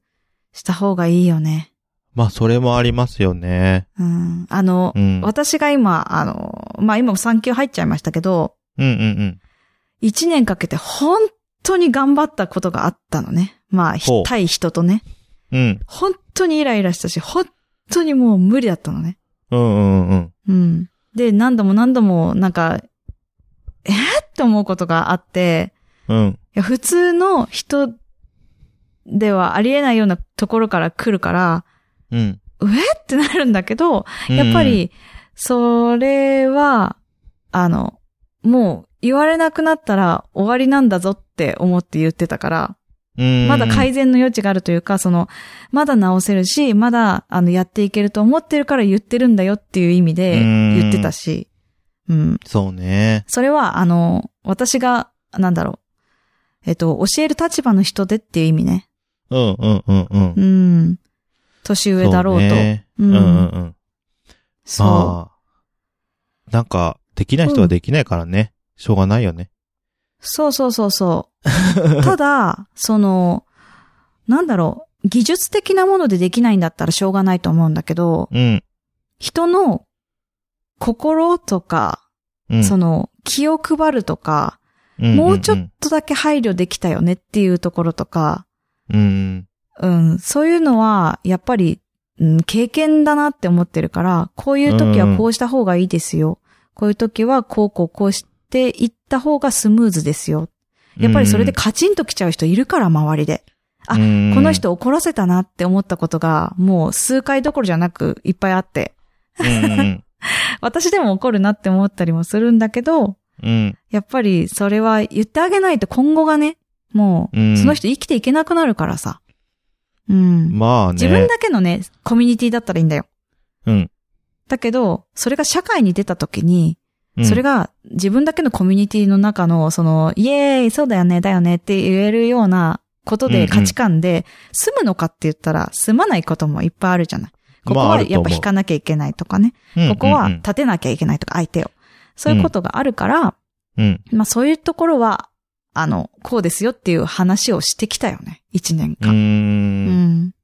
B: した方がいいよね。
A: まあ、それもありますよね。
B: うん。あの、
A: うん。うん
B: 私が今、あの、まあ、今も産休入っちゃいましたけど、
A: うんうん。
B: 一年かけて本当に頑張ったことがあったのね。まあ、ひ
A: ほう
B: 対人とね。
A: うん。
B: 本当にイライラしたし、本当にもう無理だったのね。
A: うんうんうん。
B: うん。で、何度も何度も、なんか、えーって思うことがあって、
A: うん。
B: いや、普通の人ではありえないようなところから来るから、
A: うん。
B: えってなるんだけど、
A: うん
B: やっぱ、り、それは、あの、もう言われなくなったら終わりなんだぞって思って言ってたから、
A: ま
B: まだ
A: い
B: 改善の余地があるというか、その、まだ直せるし、まだ、あの、やっていけると思ってるから言ってるんだよっていう意味で
A: うん
B: 言ってたし、うん。
A: そうね。
B: それは、あの、私が、なんだろう。えっと、教える立場の人でっていう意味ね。
A: うんうんうんうん
B: う。ん。年上だろう
A: そ
B: と。そう,、
A: ねう
B: うんん
A: うんうん。まあ、なんか、できない人はできないからね。しょうがないよね。
B: そうそうそう そう。ただ、その、なんだろう。技術的なものでできないんだったらしょうがないと思うんだけど、
A: うん。
B: 人の心とか、
A: うん。
B: その、気を配るとか、
A: んんん
B: もうちょっとだけ配慮できたよねっていうところとか、
A: うん。
B: うん、そういうのは、やっぱり、うん、経験だなって思ってるから、こういう時はこうした方がいいですよ。こういう時はこうこうこうしていった方がスムーズですよ。やっぱりそれでカチンと来ちゃう人いるから、周りで。
A: こ
B: あこの
A: の。
B: 人怒らせたなって思ったことが、もう数回どころじゃなくいっぱいあって、
A: うんうん
B: 私でも怒るなって思ったりもするんだけど、
A: うん。
B: やっぱりそれは言ってあげないと今後がね、も
A: う
B: う、
A: ん
B: その人生きていけなくなるからさ。うん。
A: まあね。
B: 自分だけのね、コミュニティだったらいいんだよ。
A: うん。
B: だけど、それが社会に出た時に、
A: うん。
B: それが自分だけのコミュニティの中の、その、イエーイ、そうだよね、だよねって言えるようなこと
A: うんう
B: で
A: ん
B: 価値観で、済むのかって言ったら、済まないこともいっぱいあるじゃない。こ
A: ま
B: こ
A: ああ
B: は
A: ると
B: や
A: 思う
B: っぱ引かなきゃいけないとかね。
A: うん、
B: ここ
A: う
B: は
A: んうん
B: 立てなきゃいけないとか、相手を。そういうことがあるから、
A: うん。
B: まあそういうところはあの、こうですよっていう話をしてきたよね。一年
A: うー。
B: 間。うん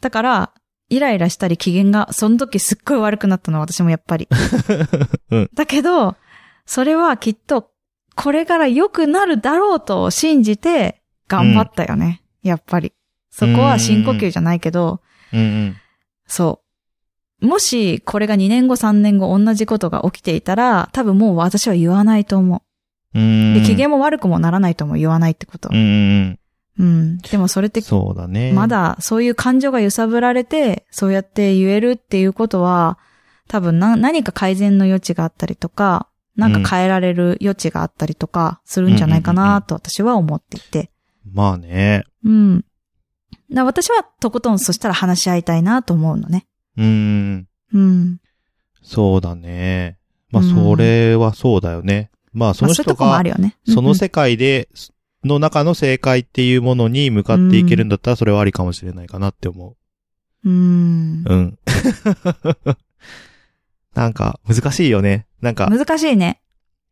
B: だから、イライラしたり機嫌が、その時すっごい悪くなったの、私もやっぱり。
A: うん
B: だけど、それはきっと、これから良くなるだろうと信じて、頑張ったよね。やっぱり。そこは深呼吸じゃないけど、
A: うんうん。
B: そう。もし、これが2年後、3年後、同じことが起きていたら、多分もう私は言わないと思
A: う
B: う。
A: ー
B: で、
A: ん。
B: 機嫌も悪くもならないとも言わないってこと
A: う。ん
B: うん。でもそれっ
A: う
B: て
A: ん。、そうだね。
B: ま。だそういう感情が揺さぶられて、そうやって言えるっていうことは、多分な、何か改善の余地があったりとか、なんか変えられる余地があったりとか、するんじゃないかなと私は思っていて。
A: まあね。
B: うん。だから私はとことんそしたら話し合いたいなと思うのね。
A: うーん。
B: うん。
A: そうだね。まあ、
B: うん
A: それはそうだよね。まあ、そ
B: ま
A: の
B: あそ
A: 人
B: ういうとこもあ
A: が
B: る、よね。
A: その世界で、の中の正解っていうものに向かっていけるんだったら、それはありかもしれないかなって思
B: うんうん。
A: う。 うん。なんか、難しいよね。なんか
B: う、ん。難しいね。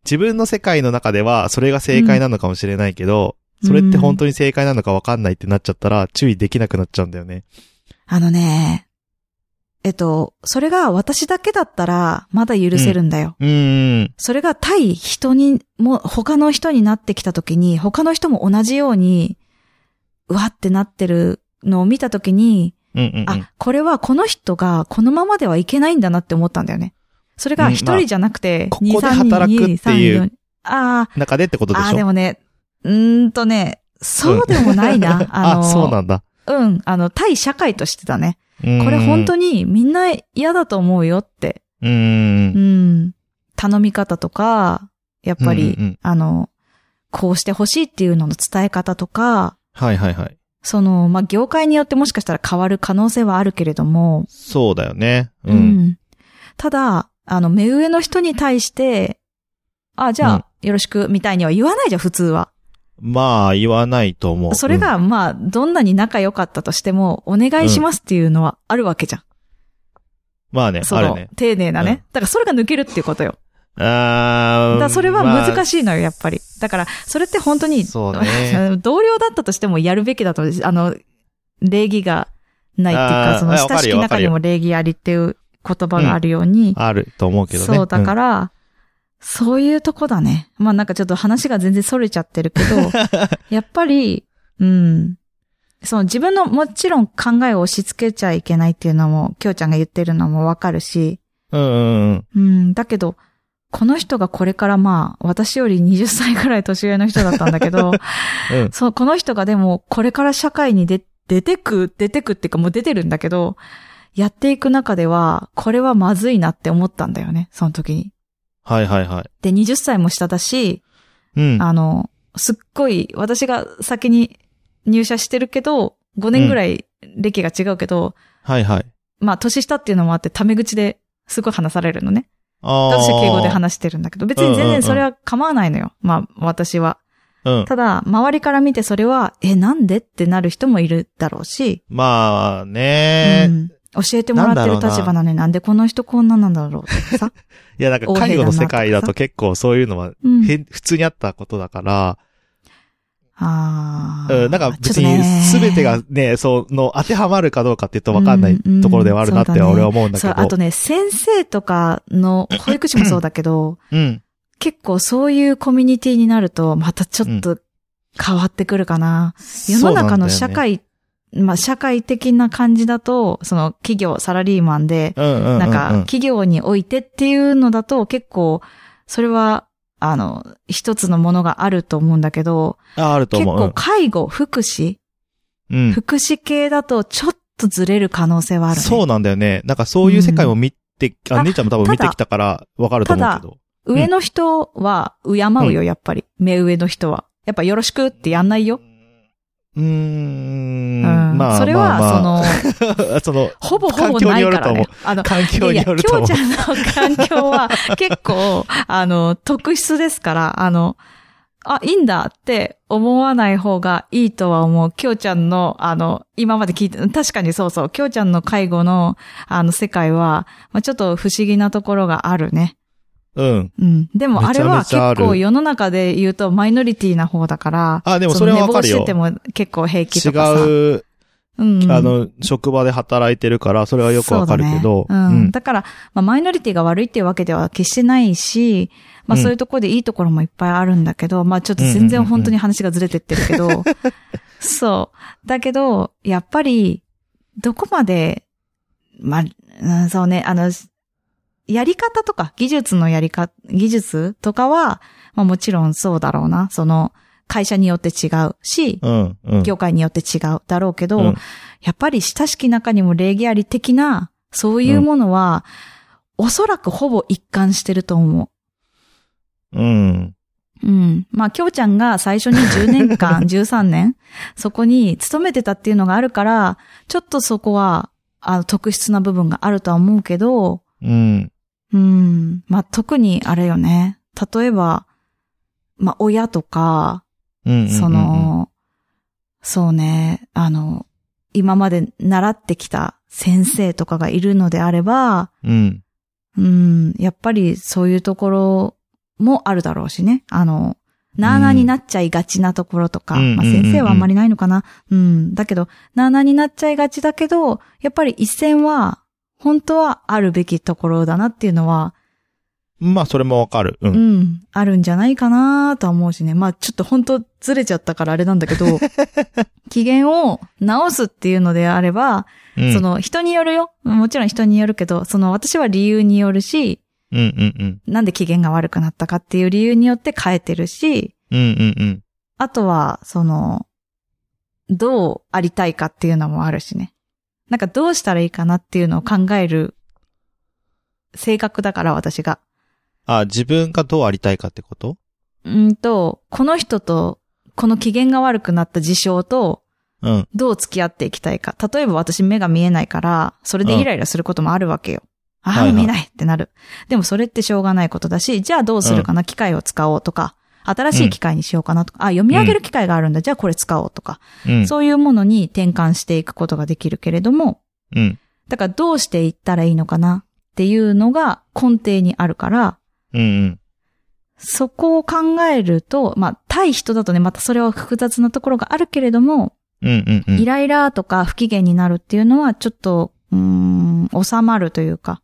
A: 自分の世界の中では、それが正解なのかもしれないけど、それって本当に正解なのかわかんないってなっちゃったら、注意できなくなっちゃうんだよね。
B: あのね、えっと、それが私だけだったら、まだ許せるんだよ。
A: うーん。
B: それが対人にも、他の人になってきたときに、他の人も同じように、うわってなってるのを見たときに、
A: うんうん、うん。
B: あ、これはこの人がこのままではいけないんだなって思ったんだよね。それ
A: う
B: が
A: んまあ
B: 一人じゃなくて、
A: ここ
B: 二
A: で
B: 三人
A: 働く
B: 二
A: っていう
B: 三人あ
A: 中でってこと
B: ー
A: で
B: あー、
A: し
B: で
A: ょ
B: もね、うーんとね、そうでもないな。あの、
A: あ、そうなんだ。
B: うん、あの、対社会としてだね。
A: こ
B: これ本当
A: に。
B: にみんな嫌だと思うよって
A: うーん
B: う。ん。頼み方とか、やっぱり、
A: うんうんうん
B: あの、こうしてほしいっていうのの伝え方とか、
A: はいはいはい。
B: その、まあ、業界によってもしかしたら変わる可能性はあるけれども、
A: そうだよね。うん。
B: んただ、あの、目上の人に対して、あ、じゃあ、よろしく、みたいには言わないじゃん、普通は。
A: まあ、言わないと思う。
B: それが、まあ、どんなに仲良かったとしても、お願いしますっていうのはあるわけじゃん。
A: うん、まあね、
B: そ
A: ある
B: の、
A: ね。
B: 丁寧なね。
A: うん
B: だから、それが抜けるっていうことよ。
A: あ
B: だからそれは難
A: し
B: しいのよ、やっぱり。だから、それって本当に、
A: そう ね
B: 同僚だったとしてもやるべきだと思うし、あの、礼儀がないっていう
A: あ
B: か、
A: ー
B: その
A: わか
B: 親
A: る
B: し
A: よ
B: き中にも礼儀ありっていう言葉があるように、
A: あると思うけどね。。
B: そう、だからら、そういうとこだね。まあなんかちょっと話が全然逸れちゃってるけ ど、やっぱり、うん。その自分のもちろん考えを押し付けちゃいけないっていうのも、きょうちゃんが言ってるのもわかるし、
A: うんうんうん。
B: うん、だけど、この人がこれからまあ、私より20歳くらい年上の人だったんだけど、
A: うん
B: そう、この人がでも、これから社会に出、出てく、出てくっていうかもう出てるんだけど、やっていく中では、これはまずいなって思ったんだよね、その時に。
A: はいはいはい。
B: で、20歳も下だし、
A: うん。
B: あの、すっごい、私が先に入社してるけど、5年ぐらい歴が違うけど、
A: はいはい。
B: まあ、年下っていうのもあって、タメ口ですごい話されるのね。
A: ああ。
B: 私は敬語で話してるんだけど、別に全然それは構わないのよ。まあ、私は。
A: うん。
B: ただ、周りから見てそれは、え、なんでってなる人もいるだろうし、
A: まあ
B: う
A: ね。
B: ん教えてもらってる立場なのになんでこの人こんななんだろうとかさ。
A: いやなんか介護の世界だと結構そういうのは、
B: うん、
A: へん普通にあったことだから、
B: あー
A: うん、なんか別
B: ちょっと
A: に
B: ね
A: 全てがね、その当てはまるかどうかって言うとわかんない
B: うんうん
A: ところではあるなって
B: そうだね
A: 俺は思うんだけ
B: そう、
A: ど。
B: あとね、先生とかの保育士もそうだけど、
A: うん。
B: 結構そういうコミュニティになると、またちょっと変わってくるかな。世の中の社
A: そう
B: 会、まあ社会的な感じだと、その企業、サラリーマンで、
A: なんだよね、うんうんうんうん、
B: なんか企業においてっていうのだと結構、それは、あの、一つのものがあると思うんだけど、
A: あ、あると
B: 結
A: 思う。
B: 構介護、福祉、
A: うんうん
B: 福祉系だとちょっとずれる可能性はある、ね。
A: そうなんだよね。なんかそういう世界も見て、あ、
B: あ
A: 姉ちゃんも多分見てきたからわかると思うけど。
B: 上の人は敬うよ、やっぱり。目上の人は。やっぱよろしくってやんないよ。
A: うー。
B: うんん。
A: まあ、
B: それは、
A: まあまあ、
B: その、
A: その、
B: ほぼほ
A: 環
B: ぼない
A: 境による
B: か
A: と
B: ら
A: 思う
B: ね。あの、
A: 環境
B: いや
A: に
B: いや、
A: よる
B: き
A: と
B: ょ
A: 思
B: う
A: う
B: ちゃ。んの環境は結構、あの、特殊ですから、あの、あ、いいんだって思わない方がいいとは思う。きょうちゃんの、あの、今まで聞いて、確かにそうそう、きょうちゃんの介護の、あの、世界は、まあ、ちょっと不思議なところがあるね。
A: うん。
B: うん。でもあれは
A: めち
B: 結
A: ゃめちゃある
B: 構世の中で言うとマイノリティな方だから。
A: あでもそれはわかるよ
B: の寝坊してても結構平気
A: 違
B: とかさ。う。
A: う、
B: うん、
A: あの、職場で働いてるから、それはよくわかるけど。
B: そうだねうん。だから、まあ、マイノリティが悪いっていうわけでは決してないし、まあ、
A: うん
B: そういうところでいいところもいっぱいあるんだけど、まあ、ちょっと全然本当に話がずれてってるけど、 そう。だけど、やっぱり、どこまで、まあ、うんそうね、あの、やり方とか、技術のやり方、技術とかは、まあ、もちろんそうだろうな。その、会社によって違うし、
A: うん。うん。
B: 業界によって違うだろうけど、
A: うん
B: やっぱり親しき中にも礼儀あり的な、そういうものは、おそらくほぼ一貫してると思
A: うん。
B: う。うん。まあ、きょうちゃんが最初に10 年間、13年、そこに勤めてたっていうのがあるから、ちょっとそこは、あの、特質な部分があるとは思うけど、
A: うん。
B: うん。まあ、特にあれよね。例えば、まあ、親とか、
A: うん。
B: そ、の、そうね、あの、今まで習ってきた先生とかがいるのであれば、
A: うん。
B: うん、やっぱりそういうところもあるだろうしね。あの、なあなあになっちゃいがちなところとか、
A: うん
B: まあ
A: うんうんうん
B: 先生はあんまりないのかな。うん、だけど、なあなあになっちゃいがちだけど、やっぱり一線は、本当はあるべきところだなっていうのは、
A: まあ、それもわかる。う。
B: うんん、あるんじゃないかなとは思うしね。まあちょっと本当ずれちゃったからあれなんだけ ど、機嫌を直すっていうのであれば、
A: うん
B: そ、の人によるよ。もちろん人によるけど、その私は理由によるし、
A: うんうんうん。
B: なんで機嫌が悪くなったかっていう理由によって変えてるし、
A: うんうんうん。
B: あとは、その、どうありたいかっていうのもあるしね。なんかどうしたらいいかなっていうのを考える性格だから私が。
A: あ、自分がどうありたいかってこと
B: うんと、この人と、この機嫌が悪くなった事象と、
A: うん。
B: どう付き合っていきたいか。例えば私目が見えないから、それでイライラすることもあるわけよ。あ
A: はい
B: あ、
A: はい
B: 見えないってなる。でもそれってしょうがないことだし、じゃあどうするかな、機械を使おうとか、新しい機械にしようかなとか、あ、読み上げる機械があるんだ、じゃあこれ使おうとか、
A: うん。
B: そういうものに転換していくことができるけれども、
A: うん。
B: だからどうしていったらいいのかなっていうのが根底にあるから、
A: うんうん。
B: そこを考えると、まあ、対人だとね、またそれは複雑なところがあるけれども、
A: うんうんうん。
B: イライラとか不機嫌になるっていうのは、ちょっと、うーん、収まるというか、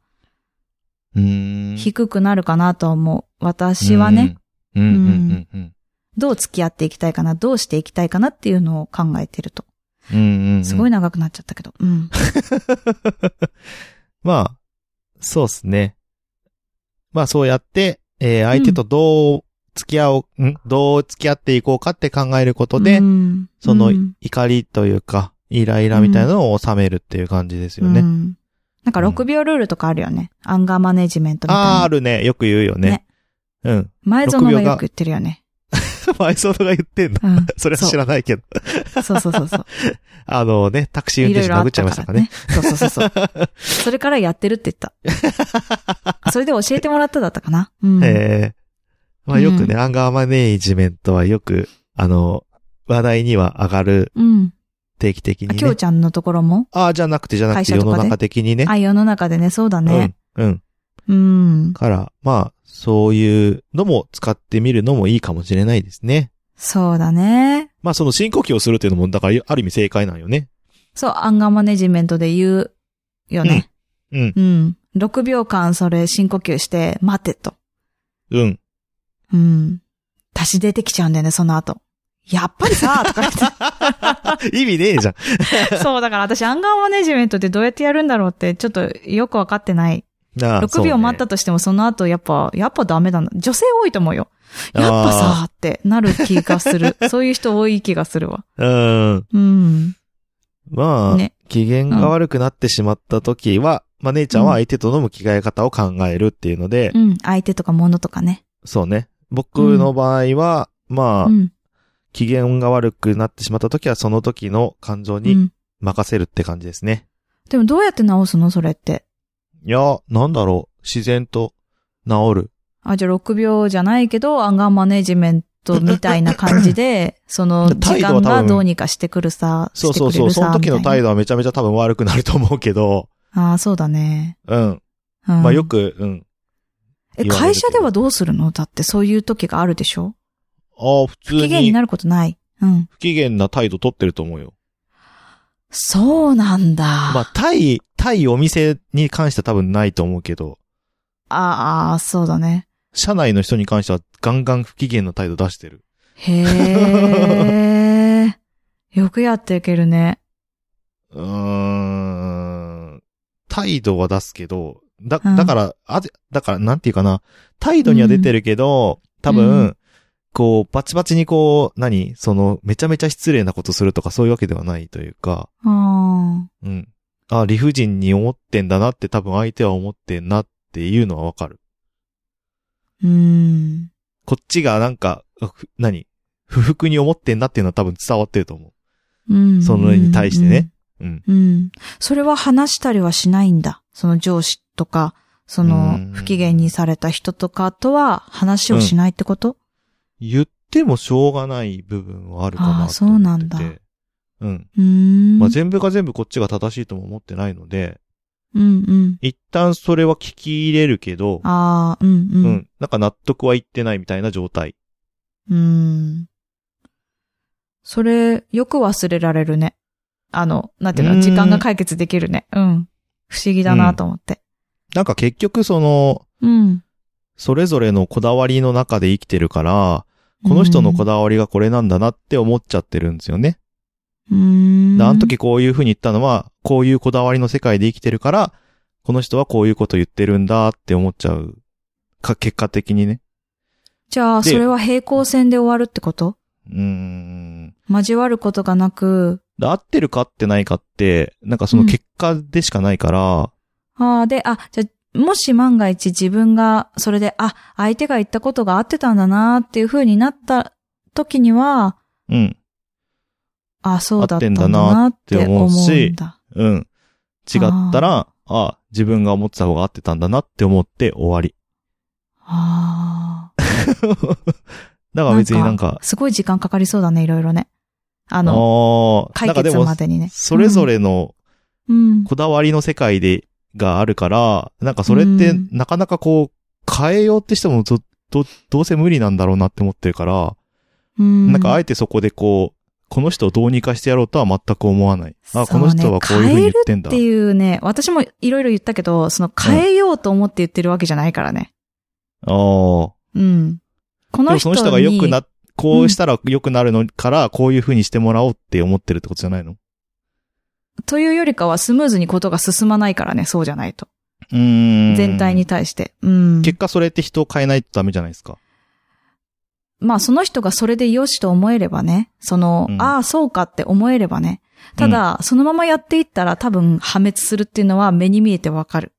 A: うーん。
B: 低くなるかなとは思う。私はね、
A: うん。うんうんうん
B: どう付き合っていきたいかな、どうしていきたいかなっていうのを考えてると。
A: うん。うんうんうん。
B: すごい長くなっちゃったけど。うん。
A: まあ、そうっすね。まあそうやって、えー相手とどう付き合おう、ん、どう付き合っていこうかって考えることで、
B: うん
A: その
B: うん
A: 怒りというか、イライラみたいなのを収めるっていう感じですよ
B: う
A: ね。
B: んなんか6秒ルールとかあるよね。アンガーマネジメントみたい
A: ああ、あ
B: な。
A: るね。よく言うよね。
B: ね
A: うん。
B: 前園が
A: 6秒が
B: よく言ってるよね。
A: 前園が言ってんの。
B: うん。
A: それは
B: そう
A: 知らないけど。
B: そうそうそうそう。
A: あのね、タクシー運
B: いろ
A: 転
B: い
A: 手
B: ろ
A: 殴
B: あ
A: っ
B: っ
A: ちゃ
B: た
A: いまし
B: か
A: たかららね
B: ね。。そうそうそうそ う。それからやってるって言った。それで教えてもらっただったかな。うん。
A: ええまあよくね、
B: う
A: アンガーマネージメントはよく、あの、話題には上がる、
B: うん。
A: 定期的に
B: あ
A: ね。
B: きょうちゃんのところも
A: ああ、じゃなくて、じゃなくて、
B: 会社
A: 世
B: とか
A: の
B: で
A: 中的にね。
B: あ、世の中でね、そうだね。
A: うん。うん。
B: うん。
A: から、まあ、そういうのも使ってみるのもいいかもしれないですね。
B: そうだね。
A: まあ、その深呼吸をするっていうのも、だから、ある意味正解なんよね。
B: そう、アンガーマネジメントで言うよね。
A: うん。
B: うん。6秒間それ深呼吸して、待てと。
A: うん。
B: うん。足し出てきちゃうんだよね、その後。やっぱりさ、とか言って。
A: 意味ねえじゃん。
B: そう、だから私、アンガーマネジメントってどうやってやるんだろうって、ちょっとよくわかってない。
A: なあ
B: 6秒待ったとしても、その後、やっぱ、やっぱダメだな。女性多いと思うよ。やっぱさーってなる気が する。そういう人多い気がするわ。
A: そうねうん。
B: うん。
A: まあ、
B: ね
A: 機嫌が悪くなってしまった時は、まあ、姉ちゃんは相手と飲む着替え方を考えるっていうので、
B: うん。相手とか物とかね。
A: そうね。僕の場合は、まあ、
B: うん。
A: 機嫌が悪くなってしまった時は、その時の感情
B: う
A: に
B: ん。
A: 任せるって感じですね。
B: でも、どうやって直すのそれって。
A: いや、なんだろう。自然と治る。
B: あ、じゃあ6秒じゃないけど、アンガーマネジメントみたいな感 じで、その、時
A: 態度は多
B: 間
A: 分
B: がどうにかしてくるさ、
A: そう
B: して
A: そう
B: くれ
A: そう。
B: る
A: その
B: さ、
A: 時の態
B: 度。
A: 度はめちゃめちゃ多分悪くなると思うけど、
B: ああ、そうだね。
A: うん。
B: うん。
A: まあよく、うん。
B: え、
A: 言われるけ
B: 会社
A: ど
B: ではどうするのだってそういう時があるでしょ
A: ああ、普通
B: 不機嫌に
A: に
B: なることない。うん。
A: 不機嫌な態度取ってると思うよ。
B: そうなんだ。
A: まあ、対、対お店に関しては多分ないと思うけど、
B: ああ、そうだね。
A: 社内の人に関してはガンガン不機嫌な態度出してる。
B: へえ。 よくやっていけるね。
A: うーん。態度は出すけど、だ、
B: うん
A: だから、あぜ、だから、なんていうかな。態度には出てるけど、多分、
B: う
A: こう、バチバチにこう、何その、めちゃめちゃ失礼なことするとかそういうわけではないというか、
B: うん。
A: うん。あ、理不尽に思ってんだなって多分相手は思ってんなっていうのはわかる。
B: うん。
A: こっちがなんか、ふ何不服に思ってんなっていうのは多分伝わってると思
B: うん。
A: その絵に対してね。うん。
B: うん。うん。それは話したりはしないんだ。その上司とか、その
A: うん
B: 不機嫌にされた人とかとは話をしないってこと、
A: う。言ってもしょうがない部分はあるかな
B: あー
A: と思ってて。
B: そうなんだ。
A: うん。
B: うーん。
A: まあ、全部が全部こっちが正しいとも思ってないので、
B: うんうん。
A: 一旦それは聞き入れるけど、
B: ああ、うんう。
A: うんん。なんか納得はいってないみたいな状態。
B: うーん。それ、よく忘れられるね。あの、なんていう
A: うーん
B: の、時間が解決できるね。うん。不思議だなと思って。
A: なんか結局その、
B: うん。
A: それぞれのこだわりの中で生きてるから、この人のこ
B: だ
A: だわりがこれなんだなって思っちゃってるんですよね。
B: うーん。
A: であの時こういう風に言ったのは、こういうこだわりの世界で生きてるから、この人はこういうこと言ってるんだって思っちゃう。か、結果的にね。
B: じゃあ、
A: で
B: それは平行線で終わるってこと
A: うーん。
B: 交わることがなく、
A: で合ってるか合ってないかって、なんかその結果でしかないから、
B: ああ、で、あ、じゃあもし万が一自分が、それで、あ、相手が言ったことが合ってたんだなっていう風になった時には、
A: うん。
B: あ、そうだったんだ
A: 合
B: なって思うんだ。
A: って思うしうん。違ったら、ああ、自分が思ってた方が合ってたんだなって思って終わり。
B: ああ。
A: だから別になんか、
B: すごい時間かかりそうだね、いろいろね。あ
A: あ
B: の、
A: の
B: 解決までにね。
A: それぞれの
B: うん。
A: こだわりの世界で、があるから、なんかそれって
B: うん
A: なかなかこう、変えようってしてもど、ど、どうせ無理なんだろうなって思ってるから、
B: うん。
A: なんかあ
B: あ
A: えてそこでこう、この人をどうにかしてやろうとは全く思わない。あ、この人はこういう風に言ってんだ。
B: っていうね、私もいろいろ言ったけど、その変えようと思って言ってるわけじゃないからね。
A: ああ。
B: うん。こ
A: で
B: の
A: も
B: 人
A: そ
B: に
A: の人が良くな、こうしたら良くなるのから、こういう風にしてもらおうって思ってるってことじゃないの
B: というよりかはスムーズにことが進まないからね、そうじゃないと。
A: うん
B: 全体に。対して。うん。
A: 結果それって人を変えないとダメじゃないですか。
B: まあその人がそれで良しと思えればね、その、
A: うん
B: ああ、そうかって思えればね。ただ、そのままやっていったら多分破滅するっていうのは目に見えてわかる。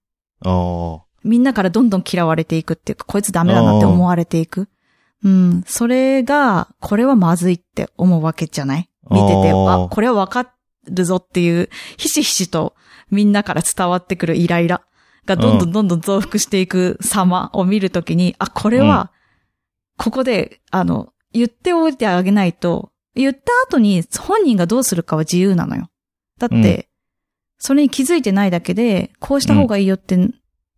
A: ああ。
B: みんなからどんどん嫌われていくっていうか、こいつダメだなって思われていく。うん。それが、これはまずいって思うわけじゃない見てて、
A: あー
B: あ、これはわかるぞっていう、ひしひしとみんなから伝わってくるイライラがどんど
A: うん
B: どんどん増幅していく様を見るときに、あ、これは、ここで、あの、言っておいてあげないと、言った後に本人がどうするかは自由なのよ。だって、
A: うん
B: それに気づいてないだけで、こうした方がいいよって、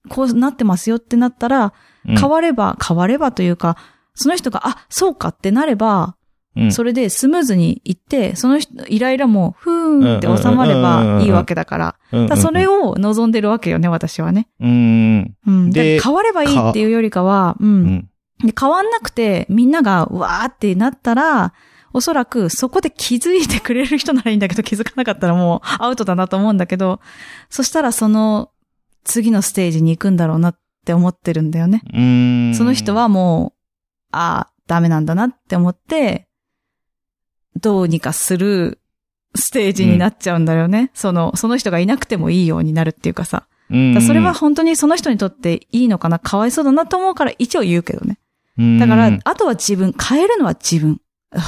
B: こうなってますよってなったら、
A: うん
B: 変われば、変わればというか、その人が、あ、そうかってなれば、
A: うん
B: それでスムーズにいって、その人、イライラも、ふーんって収まればいいわけだから。
A: うんうんうん
B: ただそれを望んでるわけよね、私はね。
A: うん。
B: うん。
A: で
B: で、変わればいいっていうよりかは、う。
A: うんん。
B: で、変わんなくて、みんなが、わーってなったら、おそらく、そこで気づいてくれる人ならいいんだけど、気づかなかったらもうアウトだなと思うんだけど、そしたらその、次のステージに行くんだろうなって思ってるんだよね。
A: うん。
B: その人はもう、ああ、ダメなんだなって思って、どうにかするステージになっちゃうんだよね。その、その人がいなくてもいいようになるっていうかさ。
A: うん、
B: だからそれは本当にその人にとっていいのかな、かわいそうだなと思うから一応言うけどね。
A: うん、
B: だから、
A: う
B: あとは自分、変えるのは自分。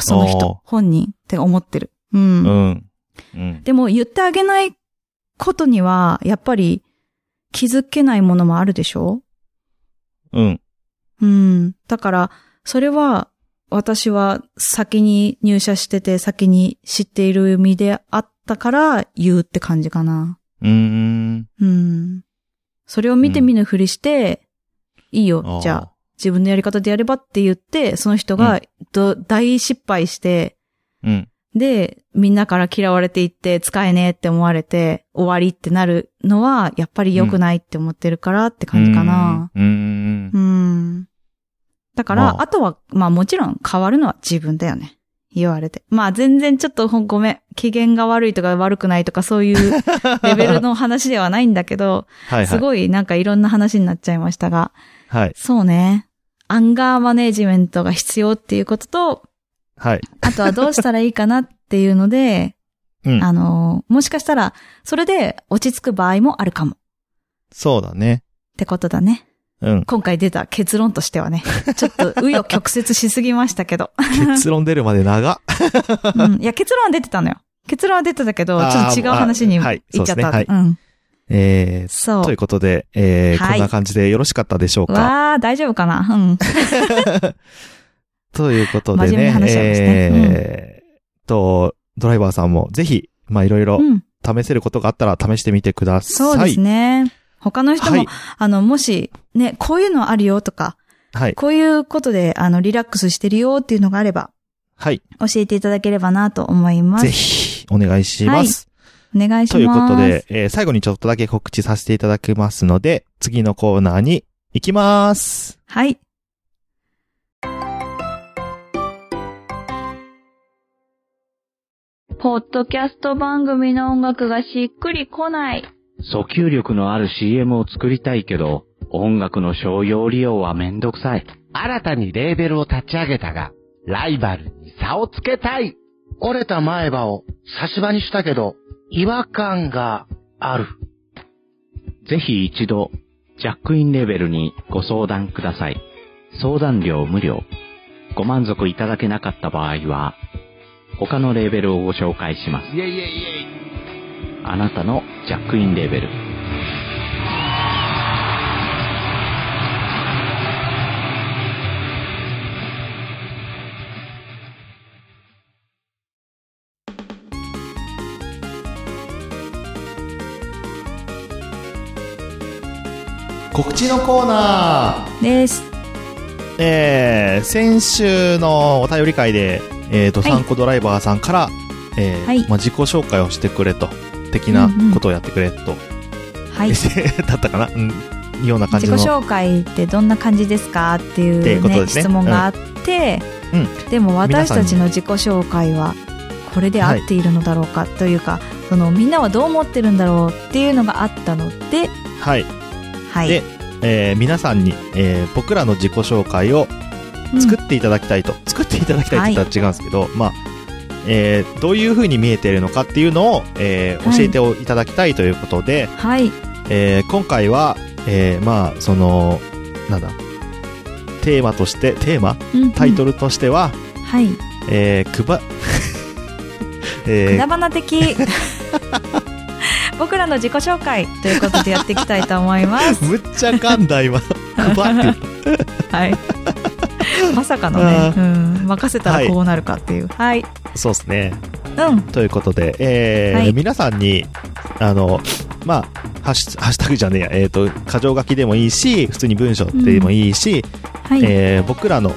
B: そ
A: お
B: の
A: ー
B: 人、本人って思ってる。うん。
A: ん。うん。
B: でも言ってあげないことには、やっぱり気づけないものもあるでしょ
A: うん。
B: うん。だから、それは、私は先に入社してて、先に知っている身であったから言うって感じかな。
A: うん。
B: うん。それを見て見ぬふりして、いいよ、じゃあ、自分のやり方でやればって言って、その人
A: う
B: がど、大失敗して、
A: あー。うん。
B: で、みんなから嫌われていって、使えねえって思われて、終わりってなるのは、やっぱり良くないって思ってるからって感じかな。
A: うーん。
B: う。
A: うん
B: だから、
A: まあ
B: あとは、まあもちろん変わるのは自分だよね。言われて。まあ全然ちょっとほんごめん。機嫌が悪いとか悪くないとかそういう レベルの話ではないんだけど、
A: はいは
B: す
A: い。
B: ごいなんかいろんな話になっちゃいましたが。
A: はい。
B: そうね。アンガーマネジメントが必要っていうことと、
A: はい。
B: あとはどうしたらいいかなっていうので、
A: うん。
B: あの、もしかしたら、それで落ち着く場合もあるかもっ
A: そうだね。
B: てことだね。
A: うん。
B: 今回出た結論として はね、ちょっと紆余曲折しすぎましたけど。
A: 結論出るまで長っ。
B: うん、いや、結論は出てたのよ。結論は出てたけど、ちょっと違う話に
A: あーはい
B: 行っちゃった。
A: そうですねはい
B: うん。
A: えー、
B: そう
A: という。ことで、えー
B: はい
A: こんな感じでよろしかったでしょうか。
B: わあ、大丈夫かなうん。
A: ということで
B: 真面目
A: ね
B: に、話しちゃいましたね
A: えー、と、ドライバーさんもぜひ、まあ、いろいろ
B: うん。
A: 試せることがあったら試してみてください。
B: そうですね。他の人も、
A: はい
B: あの、もし、ね、こういうのあるよとか、
A: はい。
B: こういうことで、あの、リラックスしてるよっていうのがあれば、
A: はい。
B: 教えていただければなと思います。
A: ぜひ、お願いします。
B: お願いします。
A: ということで、えー最後にちょっとだけ告知させていただきますので、次のコーナーに行きます。
B: はい。ポッドキャスト番組の音楽がしっくりこない。
D: 訴求力のある CM を作りたいけど、音楽の商用利用はめんどくさい。
C: 新たにレーベルを立ち上げたが、ライバルに差をつけたい。
E: 折れた前歯を差し歯にしたけど、違和感がある。
D: ぜひ一度、ジャックインレベルにご相談ください。相談料無料。ご満足いただけなかった場合は、他のレーベルをご紹介します。
E: いえいえいえ
D: あなたのジャックインレベル。
A: 告知のコーナー
B: です。
A: えー、先週のお便り会で、えー、ド
B: はい
A: サンコドライバーさんから、えー
B: はい
A: まあ、自己紹介をしてくれと、的なことをやってくれと、。
B: はい
A: だったかなうん。ような感じ
B: 自己
A: の。
B: 紹介ってどんな感じですかっていう,、
A: ってい
B: ね
A: うことですね
B: 質問があって、
A: うん
B: でも私たちの自己紹介はこれで合っているのだろうかというか、そのみんなはどう思ってるんだろうっていうのがあったので、
A: はい。
B: はい、
A: でえー皆さんに、えー僕らの自己紹介を
B: うん
A: 作っていただきたいと、作っていただきたいって言ったら違うんですけど、まあ、えーどういう風に見えているのかっていうのを、えー
B: はい
A: 教えておいただきたいということで、
B: はい、
A: えー今回は、えーまあ、その、なんだ、テーマとして、テーマ
B: うんうん
A: タイトルとしては、
B: はい、
A: えーくば、
B: く
A: え
B: だ
A: ー
B: ばな的僕らの自己紹介ということでやっていきたいと思 います。
A: むっちゃ噛んだ 今、くばって言った
B: はい。まさかのね
A: あ、
B: うん、任せたらこうなるかっていう。はい。
A: そうですね。
B: うん。
A: ということで、えー
B: はい
A: 皆さんに、あの、まあ、ハッシュハッシュタグじゃねえや、えっ、と、箇条書きでもいいし、普通に文章でもいいし、
B: はい。
A: えー僕らの、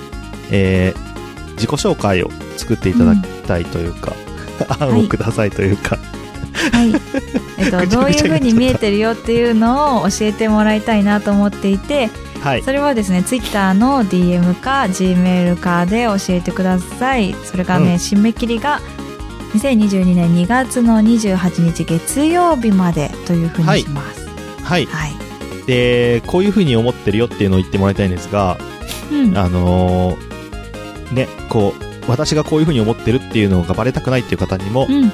A: えー自己紹介を作っていただきたいというか、 案をくださいというか、
B: はい。え っと、
A: ぐちゃ
B: どう
A: ぐ
B: いう
A: ちゃになっちゃった
B: 風に見えてるよっていうのを教えてもらいたいなと思っていて、
A: はい、
B: それはですね、Twitter の DM か Gmail かで教えてください。それがね、
A: うん
B: 締め切りが2022年2月の28日月曜日までという風にします。
A: はい。
B: はい。
A: で、こういうふうに思ってるよっていうのを言ってもらいたいんですが、
B: うん。
A: あのーね、こう、私がこういうふうに思ってるっていうのがバレたくないっていう方にも、
B: うん、うん。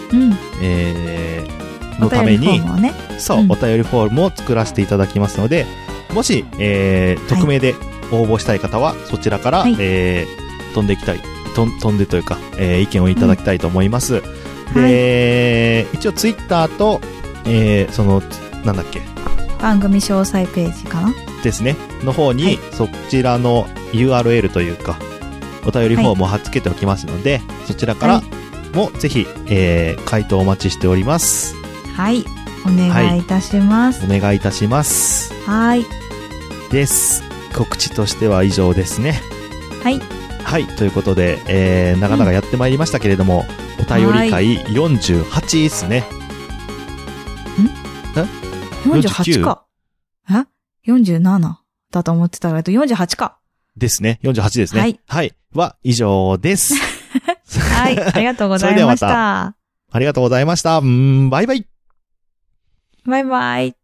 A: えーの
B: お
A: た
B: 便
A: め
B: り
A: に
B: フォー、ムをね。
A: そう、
B: うん
A: お便りフォームを作らせていただきますので、もし、えー、匿名で応募したい方は、そちらから、
B: はい
A: えー飛んでいきたい、とん飛んでというか、えー意見をいただきたいと思います。
B: はい。
A: で、一応ツイッターと、えーその、なんだっけ、
B: 番組詳細ページかな。
A: ですね、の方に、
B: はい
A: そちらの URL というか、お便りフォームを貼っつけておきますので、そちらから
B: は
A: も、ぜひ、えー回答お待ちしております。
B: はい。お願いいたします。
A: お願いいたします。
B: はい。
A: です。告知としては以上ですね。
B: はい。
A: はい、ということで、えー、なかなかやってまいりましたけれども、お便り会48ですね。
B: 48か。え ?47 だと思ってたら、えっと、48か。
A: ですね。48ですね。
B: はい。
A: はい。は、以上 です。
B: はい。ありがとうご
A: そ
B: ざ
A: れで
B: い
A: は
B: ま
A: ま
B: したた。
A: ありがとうございました。うーん、バイバイ。
B: バイバイ。